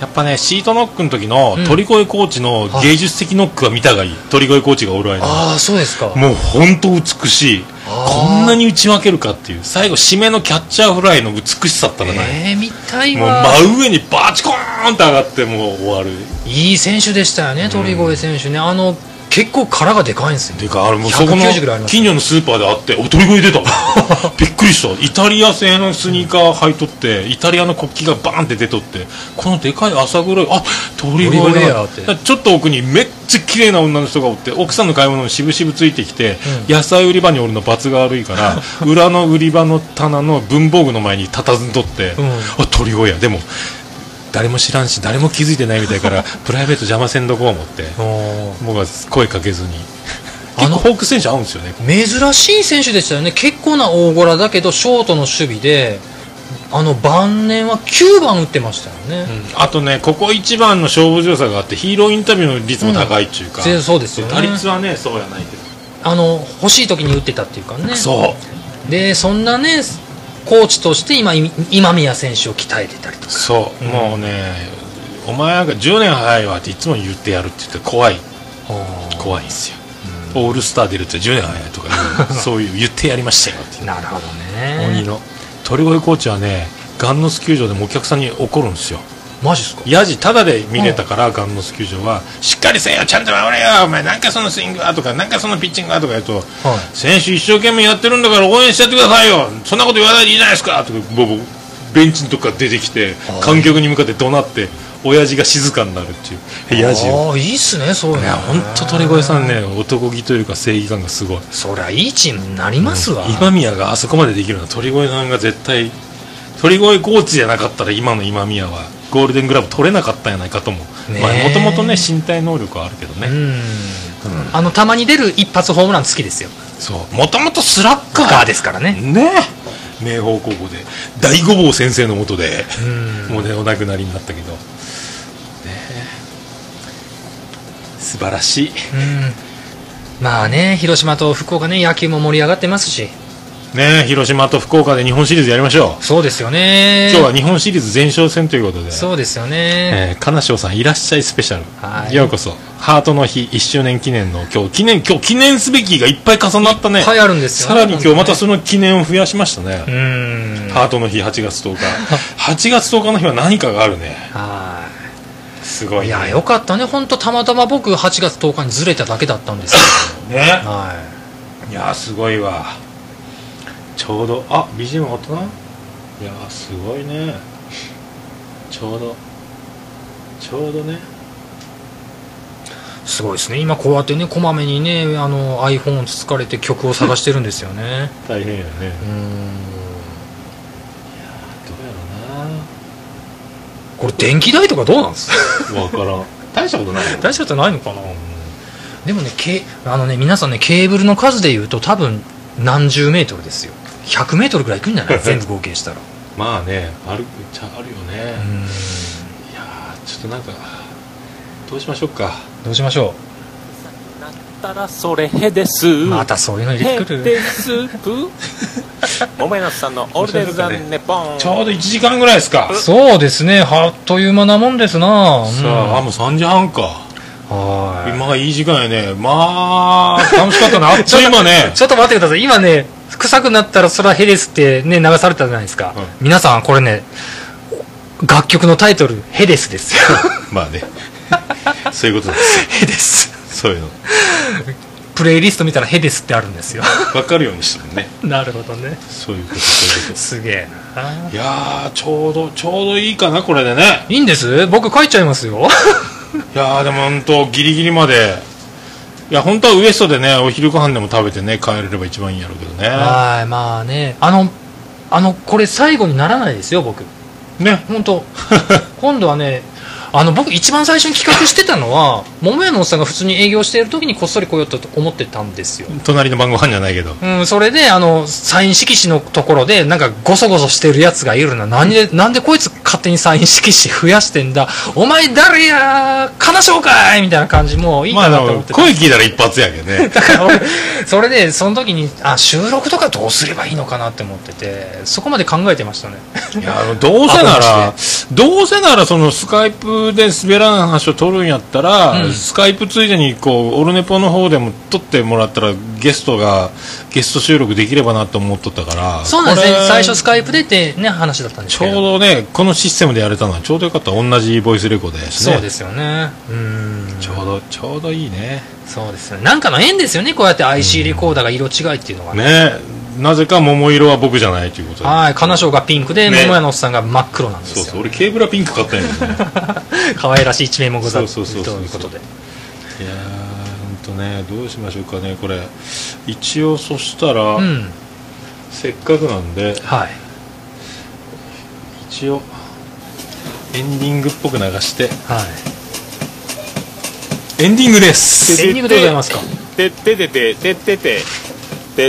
Speaker 1: やっぱねシートノックの時の
Speaker 2: うん
Speaker 1: 鳥越コーチの
Speaker 2: はい
Speaker 1: 芸術的ノックは見たがいい鳥越コーチがおる間に
Speaker 2: ああそうですか
Speaker 1: もう本当美しい
Speaker 2: あー
Speaker 1: こんなに打ち分けるかっていう最後締めのキャッチャーフライの美しさったらね、
Speaker 2: えー、見たい
Speaker 1: もう
Speaker 2: わ
Speaker 1: 真上にバチコーンって上がってもう終わる
Speaker 2: いい選手でしたよね鳥越選手ね、あの結構殻がでかいんですよ
Speaker 1: ていうかあれもうそこ
Speaker 2: 190ぐらいあり
Speaker 1: の
Speaker 2: ます
Speaker 1: 近所のスーパーであってお鳥越 出たびっくりしたイタリア製のスニーカー履いとってイタリアの国旗がバーンって出とってこのでかい朝黒いあ鳥越
Speaker 2: 鳥越や
Speaker 1: だ
Speaker 2: って
Speaker 1: だちょっと奥にめっちゃ綺麗な女の人がおって奥さんの買い物にしぶしぶついてきて、
Speaker 2: うん
Speaker 1: 野菜売り場におるの罰が悪いから 裏の売り場の棚の文房具の前に佇んとって、
Speaker 2: ん
Speaker 1: あ鳥越やでも誰も知らんし誰も気づいてないみたいから プライベート邪魔せんどこう思って僕は声かけずに
Speaker 2: あ
Speaker 1: 結
Speaker 2: の
Speaker 1: 構フォーク選手合うんですよね
Speaker 2: 珍しい選手でしたよね結構な大柄だけどショートの守備であの晩年は9番打ってましたよね、
Speaker 1: あとねここ一番の勝負強さがあってヒーローインタビューの率も高いっていうか、
Speaker 2: 全然そうですよね
Speaker 1: 打率はねそうやないけど、
Speaker 2: あの欲しい時に打ってたっていうかね
Speaker 1: そう
Speaker 2: でそんなねコーチとして今い今宮選手を鍛えてたりとか
Speaker 1: そう、もうねお前なんか10年早いわっていつも言ってやるって言って怖い怖いんですよ、オールスター出るって10年早いとか 言うそういう言ってやりましたよっていう
Speaker 2: なるほど
Speaker 1: 鬼
Speaker 2: ね
Speaker 1: の鳥越コーチはねガンノス球場でもお客さんに怒るんですよ
Speaker 2: マジっすか
Speaker 1: ヤジタダで見れたから、ガンノス球場はしっかりせよちゃんと守れよお前なんかそのスイングはとかなんかそのピッチングはとか言うと、
Speaker 2: はい
Speaker 1: 選手一生懸命やってるんだから応援しちゃってくださいよそんなこと言わないでいいじゃないですかとかボボベンチのとこから出てきて観客に向かって怒鳴って親父が静かになるっていうヤジを
Speaker 2: ああいいっすねそういう
Speaker 1: い
Speaker 2: の
Speaker 1: や本当鳥越さんね男気というか正義感がすごい
Speaker 2: そりゃいいチームになりますわ、
Speaker 1: 今宮があそこまでできるのは鳥越さんが絶対鳥越コーチじゃなかったら今の今宮はゴールデングラブ取れなかったんやないかとも
Speaker 2: ねえ
Speaker 1: もともとね身体能力はあるけどね、
Speaker 2: うんあのたまに出る一発ホームラン好きですよ
Speaker 1: そうもともとスラッガー
Speaker 2: ガーですからね
Speaker 1: ねえ明豊高校で大五坊先生のもとで
Speaker 2: うん
Speaker 1: もうねお亡くなりになったけど、ねえ、素晴らしい
Speaker 2: うんまあね広島と福岡ね野球も盛り上がってますし
Speaker 1: ねえ広島と福岡で日本シリーズやりましょう、
Speaker 2: そうですよね
Speaker 1: 今日は日本シリーズ前哨戦ということで
Speaker 2: そうですよね、
Speaker 1: えー、金賞さんいらっしゃいスペシャル、
Speaker 2: はい
Speaker 1: ようこそハートの日1周年記念の今日記念今日記念すべきがいっぱい重なったね
Speaker 2: いっぱいあるんですよ
Speaker 1: さ
Speaker 2: ね
Speaker 1: らに今日またその記念を増やしましたね、
Speaker 2: うん
Speaker 1: ハートの日8月10日8月10日の日は何かがあるね
Speaker 2: は
Speaker 1: すごい,、
Speaker 2: い
Speaker 1: ね、
Speaker 2: いやよかったね本当たまたま僕8月10日にずれただけだったん です
Speaker 1: ね
Speaker 2: けどはい
Speaker 1: やすごいわちょうどあ BGM 終わったないやすごいねちょうどちょうどね
Speaker 2: いすごいですね今こうやってねこまめにねあの iPhone をつつかれて曲を探してるんですよね
Speaker 1: 大変やね
Speaker 2: これ電気代とかどうなんですか
Speaker 1: 分からん大したことないよ
Speaker 2: 大丈夫じゃないのかなでもねけあのね皆さんねケーブルの数でいうと多分何十メートルですよ100メートルぐらいいくんじゃない 全部合計したら
Speaker 1: まあねあるっちゃあるよね
Speaker 2: う、ん
Speaker 1: いやーちょっとなんかどうしましょうか
Speaker 2: どうしましょ
Speaker 4: なったらそれへです
Speaker 2: うまたそういうの入れ
Speaker 4: へ
Speaker 2: てくる
Speaker 4: ですぷ桃屋のおっさんのオールデンザンネポン
Speaker 1: ちょうど1時間ぐらいですか、
Speaker 2: そうですねあっという間なもんですな
Speaker 1: さああもう3時半か
Speaker 2: うんはい
Speaker 1: 今いい時間やねま あ楽しかったなあっ
Speaker 2: ち
Speaker 1: と
Speaker 2: ょっ
Speaker 1: いう
Speaker 2: と
Speaker 1: 間ね
Speaker 2: ちょっと待ってください。今ね、臭くなったらそらヘレスってね、流されたじゃないですか。
Speaker 1: うん
Speaker 2: 皆さん、これね、楽曲のタイトル、ヘレスですよ。
Speaker 1: ま あねそういうことです
Speaker 2: ヘレス。
Speaker 1: そういうの
Speaker 2: プレイリスト見たらヘレスってあるんですよ。
Speaker 1: 分かるようにしたもんね
Speaker 2: なるほどね。
Speaker 1: そういうことそういうこ
Speaker 2: すげえな。
Speaker 1: といやーちょうどちょうどいいかなこれでね
Speaker 2: いいんです僕書いちゃいます よ。
Speaker 1: いやーでも本当ギリギリまでいや本当はウエストでねお昼ご飯でも食べてね帰れれば一番いいんやろうけどね
Speaker 2: はい、まあね。あの、あの、これ最後にならないですよ、僕。
Speaker 1: ね
Speaker 2: 本 当今度はねあの僕一番最初に企画してたの は桃屋のおっさんが普通に営業している時にこっそり来ようと思ってたんですよ、
Speaker 1: 隣の晩ご飯じゃないけど
Speaker 2: うん、それであのサイン色紙のところでなんかゴソゴソしてるやつがいるななんでなんでこいつ勝手にサイン色紙増やしてんだお前誰や金賞かいみたいな感じもういい
Speaker 1: まあ
Speaker 2: か
Speaker 1: で
Speaker 2: なと思
Speaker 1: も
Speaker 2: ってた、
Speaker 1: 声聞いたら一発やけど ね
Speaker 2: だから俺それでその時にあ収録とかどうすればいいのかなって思っててそこまで考えてましたね
Speaker 1: いやあのどうせならどうせならそのスカイプで滑らない話を取るんやったら、
Speaker 2: うん
Speaker 1: スカイプついでにこうオルネポの方でも撮ってもらったらゲストがゲスト収録できればなと思っとったから
Speaker 2: そうなんです
Speaker 1: こ
Speaker 2: ね
Speaker 1: れ
Speaker 2: 最初スカイプでってね話だったんです
Speaker 1: ち
Speaker 2: け
Speaker 1: ょう
Speaker 2: ど
Speaker 1: どねこのシステムでやれたのはちょうどよかった同じボイスレコーダーやしね
Speaker 2: そうですよね。うん。
Speaker 1: ちょうどちょうどいいね
Speaker 2: そうですよね。なんかの縁ですよね、こうやって IC レコーダーが色違いっていうのがね。
Speaker 1: ねなぜか桃色は僕じゃないということで
Speaker 2: はい、金賞がピンクで、
Speaker 1: ね
Speaker 2: 桃屋のおっさんが真っ黒なんで
Speaker 1: そう
Speaker 2: す
Speaker 1: そう
Speaker 2: よ。
Speaker 1: 俺ケーブラピンク買ったんやけどね
Speaker 2: 可愛らしい一面もござると
Speaker 1: そうそうそうそう
Speaker 2: いうことで。
Speaker 1: いやーほんとねどうしましょうかねこれ一応そしたら、
Speaker 2: うん。
Speaker 1: せっかくなんで
Speaker 2: はい。
Speaker 1: 一応エンディングっぽく流して
Speaker 2: はい。
Speaker 1: エンディングです
Speaker 2: エンディングでございますか。
Speaker 4: てっててててててて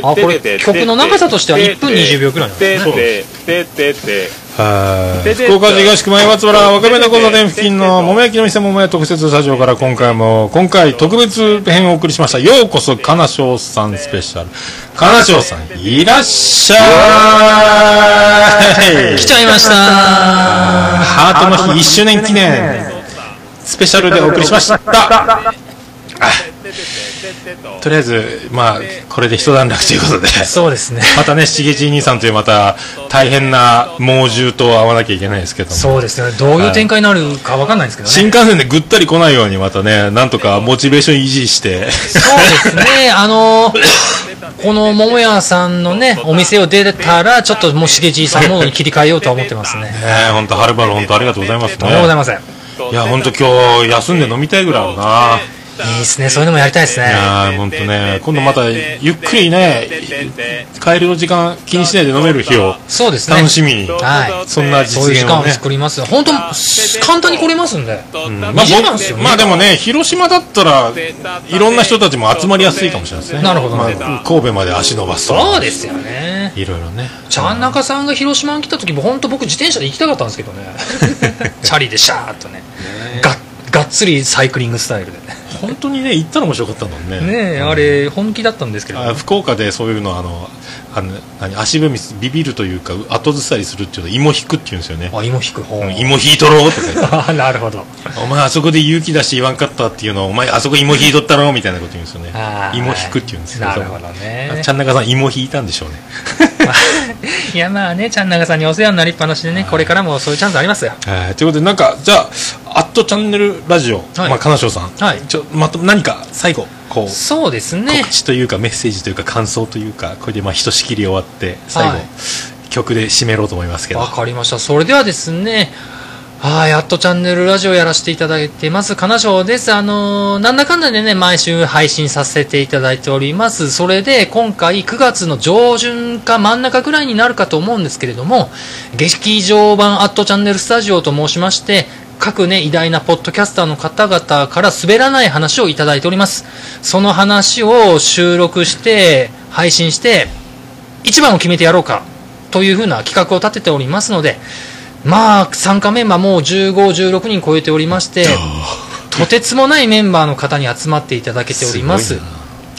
Speaker 2: あこれ曲の長さとしては1分20秒くらいなんですね
Speaker 4: ててててて
Speaker 1: はい
Speaker 4: でで
Speaker 1: 福岡市東区前松原若めの交差点付近の桃焼きの店桃屋特設スタジオから今回も今回特別編をお送りしましたようこそ金賞さんスペシャル金賞さんいらっしゃい
Speaker 2: 来ちゃいました
Speaker 1: ハートの日1周年記念スペシャルでお送りしましたあとりあえずまあこれで一段落ということで
Speaker 2: そうですね。
Speaker 1: またね、しげち兄さんというまた大変な猛獣と会わなきゃいけないですけども
Speaker 2: そうですね。どういう展開になるかわかんないんですけどね。
Speaker 1: 新幹線でぐったり来ないようにまたね、なんとかモチベーション維持して、
Speaker 2: そうですね、 あのこの桃屋さんのね、お店を出たら、ちょっともうしげじいさんモードに切り替えようとは思ってますね。
Speaker 1: ね、本当はるばる本当ありがとうございます
Speaker 2: とんでもござい
Speaker 1: ね。
Speaker 2: ません。い
Speaker 1: いや、本当今日休んで飲みたいぐらいあ
Speaker 2: いですね、そういうのもやりたいです
Speaker 1: る
Speaker 2: ね。
Speaker 1: な。いや、本当ね、今度またゆっくりね、帰りの時間気にしないで飲める日を
Speaker 2: そうですね。
Speaker 1: 楽しみに、
Speaker 2: は
Speaker 1: そんな
Speaker 2: そういう
Speaker 1: 実現
Speaker 2: 時間
Speaker 1: を
Speaker 2: を
Speaker 1: ね。
Speaker 2: 作ります。本当簡単に来れますんで。
Speaker 1: うんまあ、
Speaker 2: 短いですよ
Speaker 1: 僕まあでもね、広島だったらいろんな人たちも集まりやすいかもしれないですね。
Speaker 2: なるほど
Speaker 1: まあ、神戸まで足伸ばすと。
Speaker 2: そうですよね。
Speaker 1: いろいろね。
Speaker 2: ちゃん中さんが広島に来た時も本当僕自転車で行きたかったんです けどね。チャリでシャーっとね。ががっつりサイクリングスタイルで
Speaker 1: 本当にね、行ったら面白かったもんね。
Speaker 2: ねえあれ本気だったんですけど
Speaker 1: あ福岡でそういうのあのあの何足踏みすビビるというか後ずさりするっていうの芋引くっていうんですよね
Speaker 2: あ芋引く方
Speaker 1: 芋引いとろうとか言っ
Speaker 2: あ なるほど
Speaker 1: てお前あそこで勇気出して言わんかったっていうのをお前あそこ芋引いとったろみたいなこと言うんですよね
Speaker 2: あー
Speaker 1: 芋引くっていうんですけど
Speaker 2: なるほどね
Speaker 1: ちゃん中さん芋引いたんでしょうね
Speaker 2: いやまあねちゃん長さんにお世話になりっぱなしでねこれからもそういうチャンスありますよ
Speaker 1: はいということでなんかじゃあ「アットチャンネルラジオ」
Speaker 2: はい
Speaker 1: まあ金賞さん、
Speaker 2: はい
Speaker 1: ちょまと何か最後こう
Speaker 2: そうですね
Speaker 1: 告知というかメッセージというか感想というかこれでまあひとしきり終わって最後、
Speaker 2: はい
Speaker 1: 曲で締めろうと思いますけど
Speaker 2: わかりましたそれではですねああ、やっとチャンネルラジオやらせていただいてます。金城です。あのーなんだかんだでね、毎週配信させていただいております。それで、今回9月の上旬か真ん中ぐらいになるかと思うんですけれども、劇場版アットチャンネルスタジオと申しまして、各ね、偉大なポッドキャスターの方々から滑らない話をいただいております。その話を収録して、配信して、一番を決めてやろうかというふうな企画を立てておりますので、まあ、参加メンバーもう15、16人超えておりまして、とてつもないメンバーの方に集まっていただけており ます。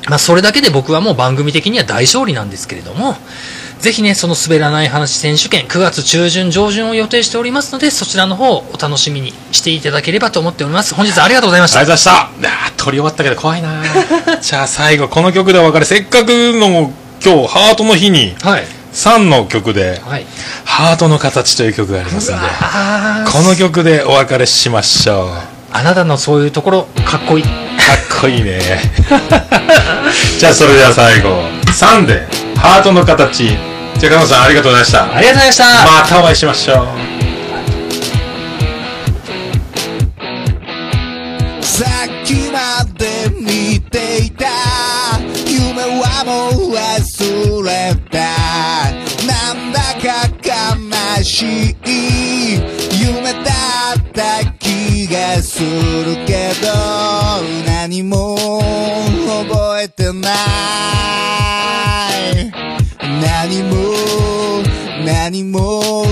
Speaker 2: まあ、それだけで僕はもう番組的には大勝利なんですけれども、ぜひね、その滑らない話選手権、9月中旬、上旬を予定しておりますので、そちらの方をお楽しみにしていただければと思っております。本日はありがとうございました
Speaker 1: あり。がとうございましたあー撮り終わったけど怖いな じゃあ最後この曲でお別れせっかくの今日ハートの日に
Speaker 2: はい。
Speaker 1: 3の曲で
Speaker 2: はい。
Speaker 1: 「ハートの形」という曲がありますので
Speaker 2: あ
Speaker 1: この曲でお別れしましょう
Speaker 2: あなたのそういうところ、かっこいい。
Speaker 1: かっこいいねじゃあそれでは最後3で「ハートの形」じゃあ加藤さんありがとうございました
Speaker 2: ありがとうございました。
Speaker 1: またお会いしましょう
Speaker 3: さっきまで見ていた夢はもう忘れたなんだか悲しい夢だった気がするけど何も覚えてない何も何も思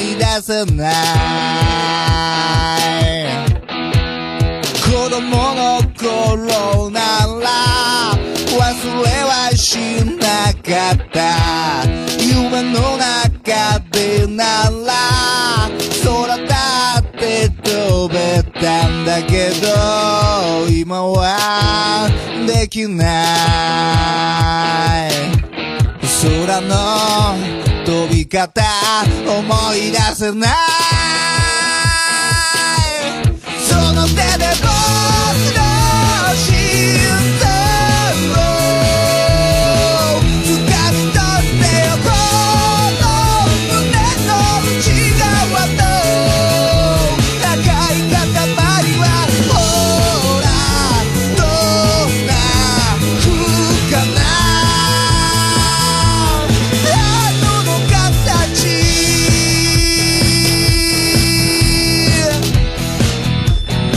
Speaker 3: い出せない子供の頃なら忘れはしなかった夢の中でなら空だって飛べたんだけど今はできない空の飛び方思い出せないその手で僕の心臓をつかみ取ってよこの胸の内側と高い塊はほらどんな風かなハートの形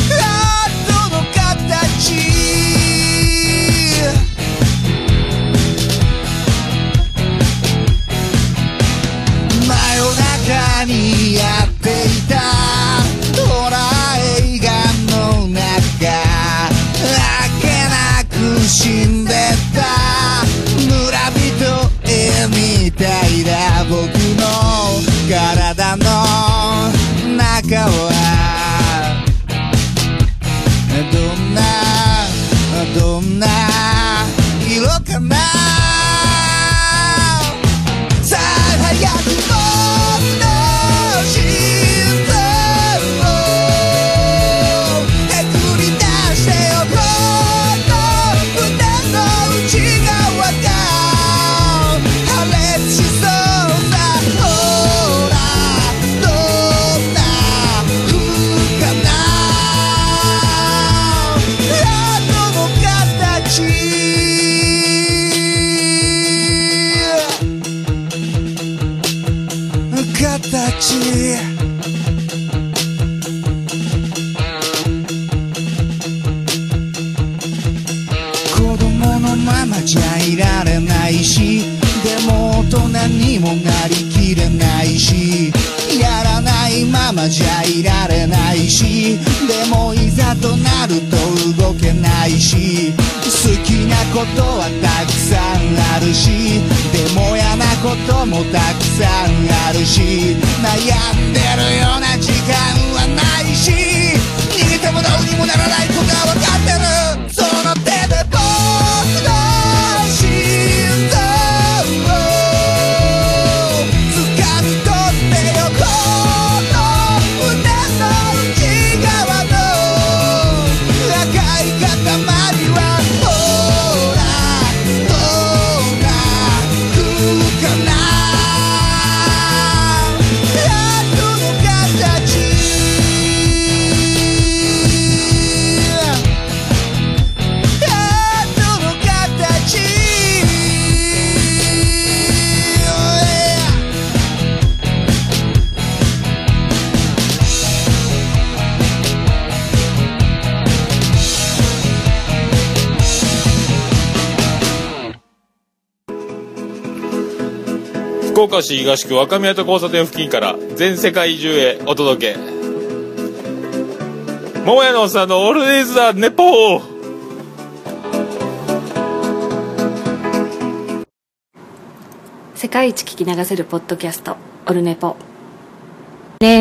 Speaker 3: ハートの形真夜中にやっていたホラー映画の中あっけなく死んでた村人絵みたいだ僕の体の中はどんなどんな色かなさあ早く僕の心臓をへくり出してよこの胸の内側が破裂しそうだほらどんな風かなハートの形形子供のままじゃいられないしでも大人にもなりきれないしやらないままじゃいられないしでもいざとなると動けないし好きなことはたくさんあるしでも嫌なこともたくさんあるし悩んでるような時間はないし逃げてもどうにもならないことは分かってるその手で僕の心臓を掴み取ってよこの胸の内側の赤い塊はほらどんな風かなハートの形 é Oh,
Speaker 4: 福岡市東区若宮と交差点付近から全世界中へお届け桃屋のおっさんのオールデイズだネポー
Speaker 5: 世界一聞き流せるポッドキャスト「オルネポ」